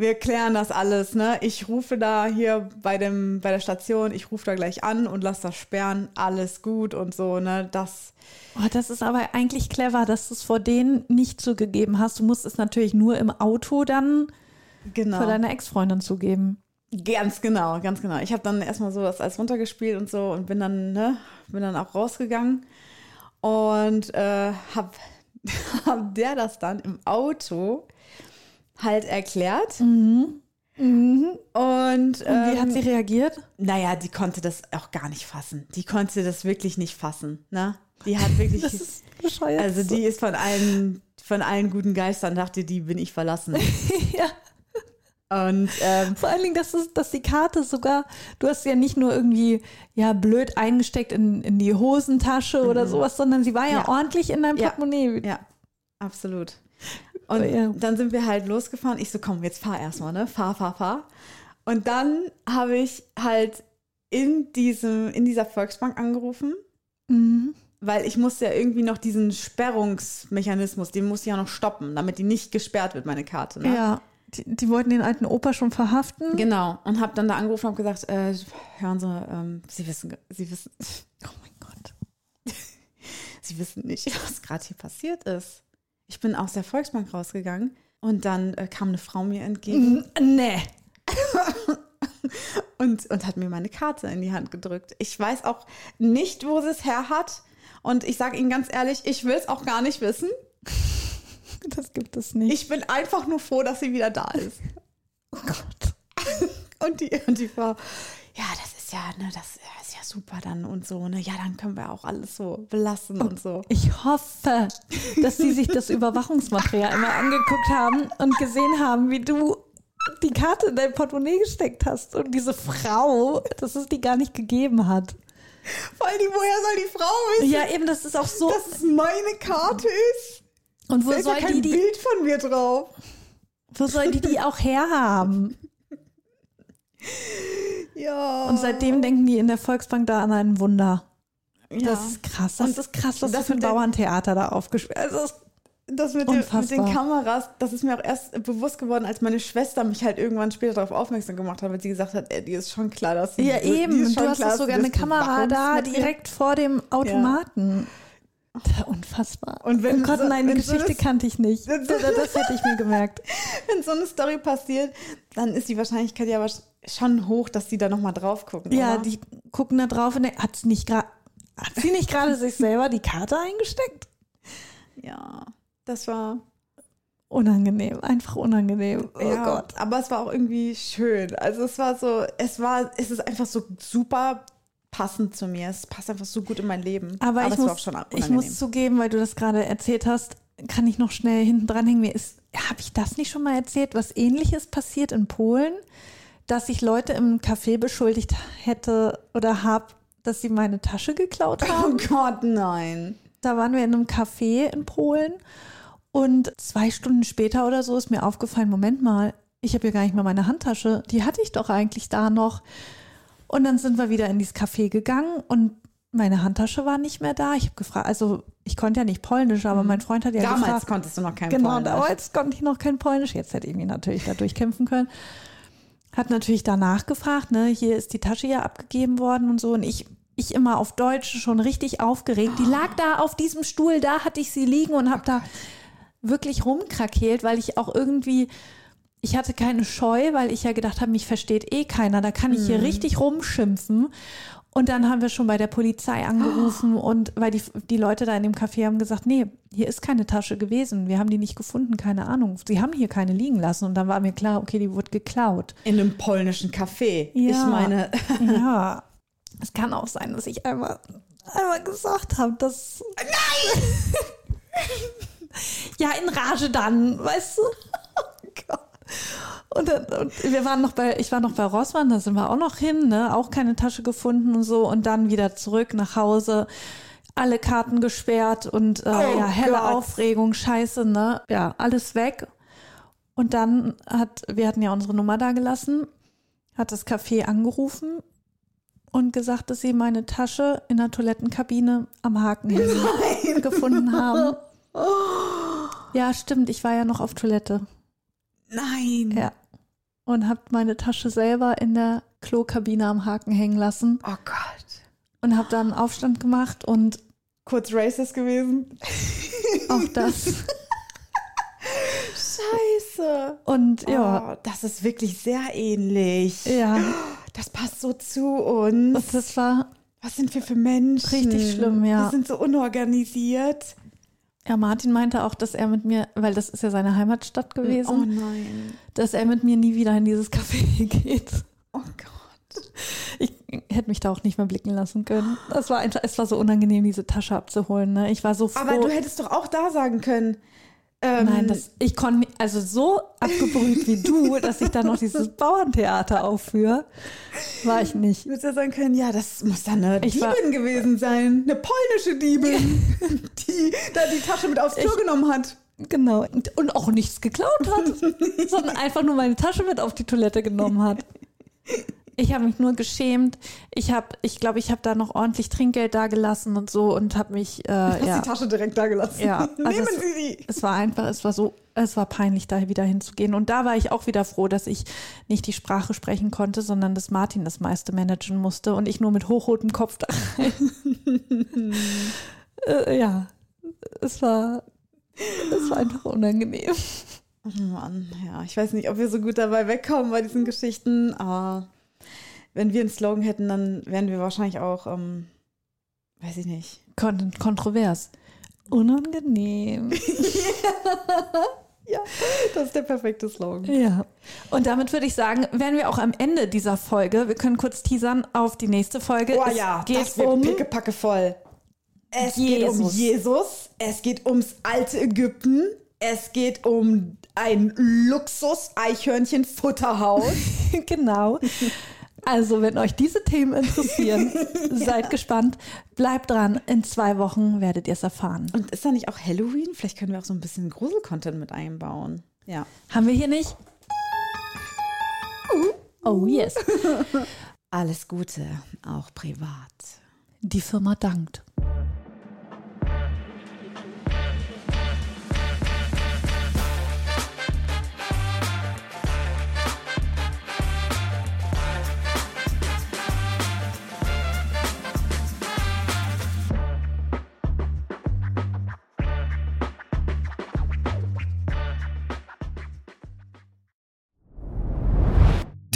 Speaker 3: Wir klären das alles, ne? Ich rufe da hier bei dem bei der Station, ich rufe da gleich an und lass das sperren, alles gut und so, ne? Das
Speaker 2: Oh, das ist aber eigentlich clever, dass du es vor denen nicht zugegeben hast. Du musst es natürlich nur im Auto dann
Speaker 3: genau.
Speaker 2: vor deiner Ex-Freundin zugeben.
Speaker 3: Ganz genau, ganz genau. Ich habe dann erstmal so das alles runtergespielt und so und bin dann, ne, bin dann auch rausgegangen <laughs> und äh, hab, hab der das dann im Auto, halt erklärt.
Speaker 2: Mhm.
Speaker 3: Und,
Speaker 2: Und wie
Speaker 3: ähm,
Speaker 2: hat sie reagiert?
Speaker 3: naja, die konnte das auch gar nicht fassen. Die konnte das wirklich nicht fassen. Ne? Die
Speaker 2: <laughs>
Speaker 3: hat wirklich.
Speaker 2: Das ist bescheuert.
Speaker 3: also die <laughs> ist von allen, von allen guten Geistern, dachte, die bin
Speaker 2: <laughs>
Speaker 3: ich verlassen.
Speaker 2: <laughs> ja.
Speaker 3: Und ähm,
Speaker 2: Vor allen Dingen, dass, es, dass die Karte sogar, du hast sie ja nicht nur irgendwie ja blöd eingesteckt in, in die Hosentasche oder sowas, sondern sie war ja,
Speaker 3: Mhm. Ja.
Speaker 2: ordentlich in deinem
Speaker 3: Ja.
Speaker 2: Portemonnaie.
Speaker 3: Ja, absolut. Und
Speaker 2: Oh ja.
Speaker 3: dann sind wir halt losgefahren. Ich so, komm, jetzt fahr erstmal, ne? Fahr, fahr, fahr. Und dann habe ich halt in, diesem, in dieser Volksbank angerufen,
Speaker 2: Mhm.
Speaker 3: weil ich musste ja irgendwie noch diesen Sperrungsmechanismus, den musste ich ja noch stoppen, damit die nicht gesperrt wird, meine Karte. Ne?
Speaker 2: Ja, die, die wollten den alten Opa schon verhaften.
Speaker 3: Genau. Und habe dann da angerufen und hab gesagt, äh, hören Sie, ähm, Sie wissen, Sie wissen, <laughs>
Speaker 2: Oh mein Gott.
Speaker 3: Sie wissen nicht, was gerade hier passiert ist. Ich bin aus der Volksbank rausgegangen und dann äh, kam eine Frau mir entgegen.
Speaker 2: Nee.
Speaker 3: und, und hat mir meine Karte in die Hand gedrückt. Ich weiß auch nicht, wo sie es her hat. Und ich sage Ihnen ganz ehrlich, ich will es auch gar nicht wissen.
Speaker 2: Das gibt es nicht.
Speaker 3: Ich bin einfach nur froh, dass sie wieder da ist.
Speaker 2: oh Gott.
Speaker 3: Und die, und die Frau, ja, das ist ja, ne, das ist ja super dann und so, ne? Ja, dann können wir auch alles so belassen und so.
Speaker 2: Ich hoffe, dass sie sich
Speaker 3: <laughs>
Speaker 2: das Überwachungsmaterial immer angeguckt haben und gesehen haben, wie du die Karte in dein Portemonnaie gesteckt hast und diese Frau, dass es die gar nicht gegeben hat.
Speaker 3: Vor allem, woher soll die Frau wissen,
Speaker 2: Ja, eben, das ist auch so.
Speaker 3: dass es meine Karte ist?
Speaker 2: Und wo
Speaker 3: Da ist ja
Speaker 2: soll,
Speaker 3: kein
Speaker 2: die, die,
Speaker 3: Bild von mir drauf.
Speaker 2: wo soll die die auch herhaben?
Speaker 3: Ja.
Speaker 2: Und seitdem denken die in der Volksbank da an ein Wunder.
Speaker 3: Oh. ja.
Speaker 2: Das ist krass. Das
Speaker 3: Und
Speaker 2: ist krass, was
Speaker 3: das
Speaker 2: das für ein
Speaker 3: mit der-
Speaker 2: Bauerntheater da aufgespielt
Speaker 3: Also das, das mit, den, mit den
Speaker 2: Unfassbar.
Speaker 3: Kameras, das ist mir auch erst bewusst geworden, als meine Schwester mich halt irgendwann später darauf aufmerksam gemacht hat, weil sie gesagt hat, ey, die ist schon klar, dass sie
Speaker 2: Ja,
Speaker 3: die
Speaker 2: eben.
Speaker 3: ist schon
Speaker 2: Du hast
Speaker 3: klar,
Speaker 2: doch
Speaker 3: dass
Speaker 2: sogar
Speaker 3: sie
Speaker 2: eine
Speaker 3: das
Speaker 2: Kamera da
Speaker 3: Bewachungsmaterial-
Speaker 2: direkt vor dem Automaten. Da, Unfassbar.
Speaker 3: Und wenn
Speaker 2: oh Gott,
Speaker 3: so-
Speaker 2: nein, die
Speaker 3: wenn so
Speaker 2: Geschichte
Speaker 3: das-
Speaker 2: kannte ich nicht.
Speaker 3: Wenn
Speaker 2: Das,
Speaker 3: so-
Speaker 2: das hätte ich mir
Speaker 3: <laughs>
Speaker 2: gemerkt.
Speaker 3: Wenn so eine Story passiert, dann ist die Wahrscheinlichkeit ja aber schon hoch, dass die da nochmal drauf gucken.
Speaker 2: Ja,
Speaker 3: oder?
Speaker 2: die gucken da drauf und denken, hat's nicht gra- hat sie nicht gerade sich selber die Karte eingesteckt?
Speaker 3: ja, das war.
Speaker 2: Unangenehm, einfach unangenehm. Oh
Speaker 3: ja,
Speaker 2: Gott.
Speaker 3: Aber es war auch irgendwie schön. Also es war so, es war, es ist einfach so super passend zu mir. Es passt einfach so gut in mein Leben.
Speaker 2: Aber, ich,
Speaker 3: es
Speaker 2: muss,
Speaker 3: war auch schon unangenehm.
Speaker 2: ich muss zugeben, weil du das gerade erzählt hast, kann ich noch schnell hinten dranhängen. Mir ist, habe ich das nicht schon mal erzählt, was ähnliches passiert in Polen, dass ich Leute im Café beschuldigt hätte oder habe, dass sie meine Tasche
Speaker 3: <laughs>
Speaker 2: geklaut haben?
Speaker 3: Oh Gott, nein.
Speaker 2: Da waren wir in einem Café in Polen und zwei Stunden später oder so ist mir aufgefallen, Moment mal, ich habe ja gar nicht mal meine Handtasche, die hatte ich doch eigentlich da noch. Und dann sind wir wieder in dieses Café gegangen und meine Handtasche war nicht mehr da. Ich habe gefragt, also ich konnte ja nicht Polnisch, aber mein Freund hat ja
Speaker 3: Damals
Speaker 2: gefragt.
Speaker 3: konntest du noch kein
Speaker 2: Genau,
Speaker 3: Polnisch.
Speaker 2: damals konnte ich noch kein Polnisch. Jetzt hätte ich mich natürlich da durchkämpfen können. Hat natürlich danach gefragt, ne, hier ist die Tasche ja abgegeben worden und so. Und ich, ich immer auf Deutsch schon richtig aufgeregt. Die lag da auf diesem Stuhl, da hatte ich sie liegen und habe da wirklich rumkrakeelt, weil ich auch irgendwie, ich hatte keine Scheu, weil ich ja gedacht habe, mich versteht eh keiner. Da kann ich hier richtig rumschimpfen. Und dann haben wir schon bei der Polizei angerufen und weil die, die Leute da in dem Café haben gesagt, nee, hier ist keine Tasche gewesen, wir haben die nicht gefunden, keine Ahnung. Sie haben hier keine liegen lassen und dann war mir klar, okay, die wurde geklaut.
Speaker 3: In einem polnischen Café.
Speaker 2: Ja.
Speaker 3: Ich meine,
Speaker 2: <laughs>
Speaker 3: <laughs>
Speaker 2: Ja, es kann auch sein, dass ich einmal, einmal gesagt habe, dass... Nein! <laughs> ja, in Rage dann, weißt du? <laughs> Oh Gott. Und, dann, und wir waren noch bei, ich war noch bei Rossmann, da sind wir auch noch hin, ne? Auch keine Tasche gefunden und so. Und dann wieder zurück nach Hause, alle Karten gesperrt und äh, ja, helle
Speaker 3: Gott.
Speaker 2: Aufregung, scheiße, ne? Ja, alles weg. Und dann hat, wir hatten ja unsere Nummer da gelassen, hat das Café angerufen und gesagt, dass sie meine Tasche in der Toilettenkabine am Haken hängen gefunden haben. Ja, stimmt, ich war ja noch auf Toilette.
Speaker 3: nein.
Speaker 2: Ja. Und hab meine Tasche selber in der Klokabine am Haken hängen lassen
Speaker 3: Oh Gott.
Speaker 2: und hab dann einen Aufstand gemacht und
Speaker 3: Kurz racist gewesen.
Speaker 2: auch das.
Speaker 3: Scheiße.
Speaker 2: Und ja,
Speaker 3: Ja. Oh, das ist wirklich sehr ähnlich.
Speaker 2: ja,
Speaker 3: Das passt so zu uns.
Speaker 2: und das war
Speaker 3: Was sind wir für Menschen?
Speaker 2: Richtig schlimm, ja.
Speaker 3: Wir sind so unorganisiert.
Speaker 2: Ja, Martin meinte auch, dass er mit mir, weil das ist ja seine Heimatstadt gewesen,
Speaker 3: Oh nein.
Speaker 2: dass er mit mir nie wieder in dieses Café <laughs> geht.
Speaker 3: Oh Gott.
Speaker 2: Ich hätte mich da auch nicht mehr blicken lassen können. Das war einfach, es war so unangenehm, diese Tasche abzuholen. Ne? Ich war so froh.
Speaker 3: Aber du hättest doch auch da sagen können. Ähm,
Speaker 2: Nein, das, ich konnte mich- also so abgebrüht wie
Speaker 3: <laughs>
Speaker 2: du, dass ich dann noch dieses Bauerntheater aufführe, war ich nicht.
Speaker 3: Du hättest ja sagen können, ja, das muss dann eine
Speaker 2: Ich war-
Speaker 3: Diebin gewesen sein. Eine polnische Diebin,
Speaker 2: <laughs>
Speaker 3: die da die Tasche mit aufs Tür genommen hat.
Speaker 2: Genau. Und, und auch nichts geklaut
Speaker 3: <laughs>
Speaker 2: hat, sondern einfach nur meine Tasche mit auf die Toilette genommen hat. Ich habe mich nur geschämt. Ich habe, ich glaube, ich habe da noch ordentlich Trinkgeld da gelassen und so und habe mich, äh,
Speaker 3: Hast
Speaker 2: ja.
Speaker 3: die Tasche direkt da gelassen.
Speaker 2: Ja, also
Speaker 3: <laughs> Nehmen
Speaker 2: es-
Speaker 3: Sie sie.
Speaker 2: Es war einfach, es war so, es war peinlich, da wieder hinzugehen. Und da war ich auch wieder froh, dass ich nicht die Sprache sprechen konnte, sondern dass Martin das meiste managen musste und ich nur mit hochrotem Kopf da rein.
Speaker 3: Hm.
Speaker 2: äh, ja, es war, es war einfach unangenehm.
Speaker 3: Oh Mann, ja, ich weiß nicht, ob wir so gut dabei wegkommen bei diesen Geschichten, aber wenn wir einen Slogan hätten, dann wären wir wahrscheinlich auch, ähm, weiß ich nicht.
Speaker 2: Kon kontrovers.
Speaker 3: <laughs>
Speaker 2: Unangenehm.
Speaker 3: Ja, das ist der perfekte Slogan.
Speaker 2: Ja. Und damit würde ich sagen, wären wir auch am Ende dieser Folge. Wir können kurz teasern auf die nächste Folge.
Speaker 3: Oh
Speaker 2: Es
Speaker 3: ja,
Speaker 2: geht
Speaker 3: das wird
Speaker 2: um
Speaker 3: pickepacke voll. Es geht um
Speaker 2: Jesus.
Speaker 3: Jesus, es geht ums alte Ägypten, es geht um ein Luxus-Eichhörnchen-Futterhaus.
Speaker 2: <laughs> Genau. Also, wenn euch diese Themen interessieren, seid gespannt. Bleibt dran. In zwei Wochen werdet ihr es erfahren.
Speaker 3: <laughs> Und ist da nicht auch Halloween? Vielleicht können wir auch so ein bisschen Grusel-Content mit einbauen. Ja.
Speaker 2: Haben wir hier nicht? Oh yes.
Speaker 3: Alles Gute, auch privat.
Speaker 2: Die Firma dankt.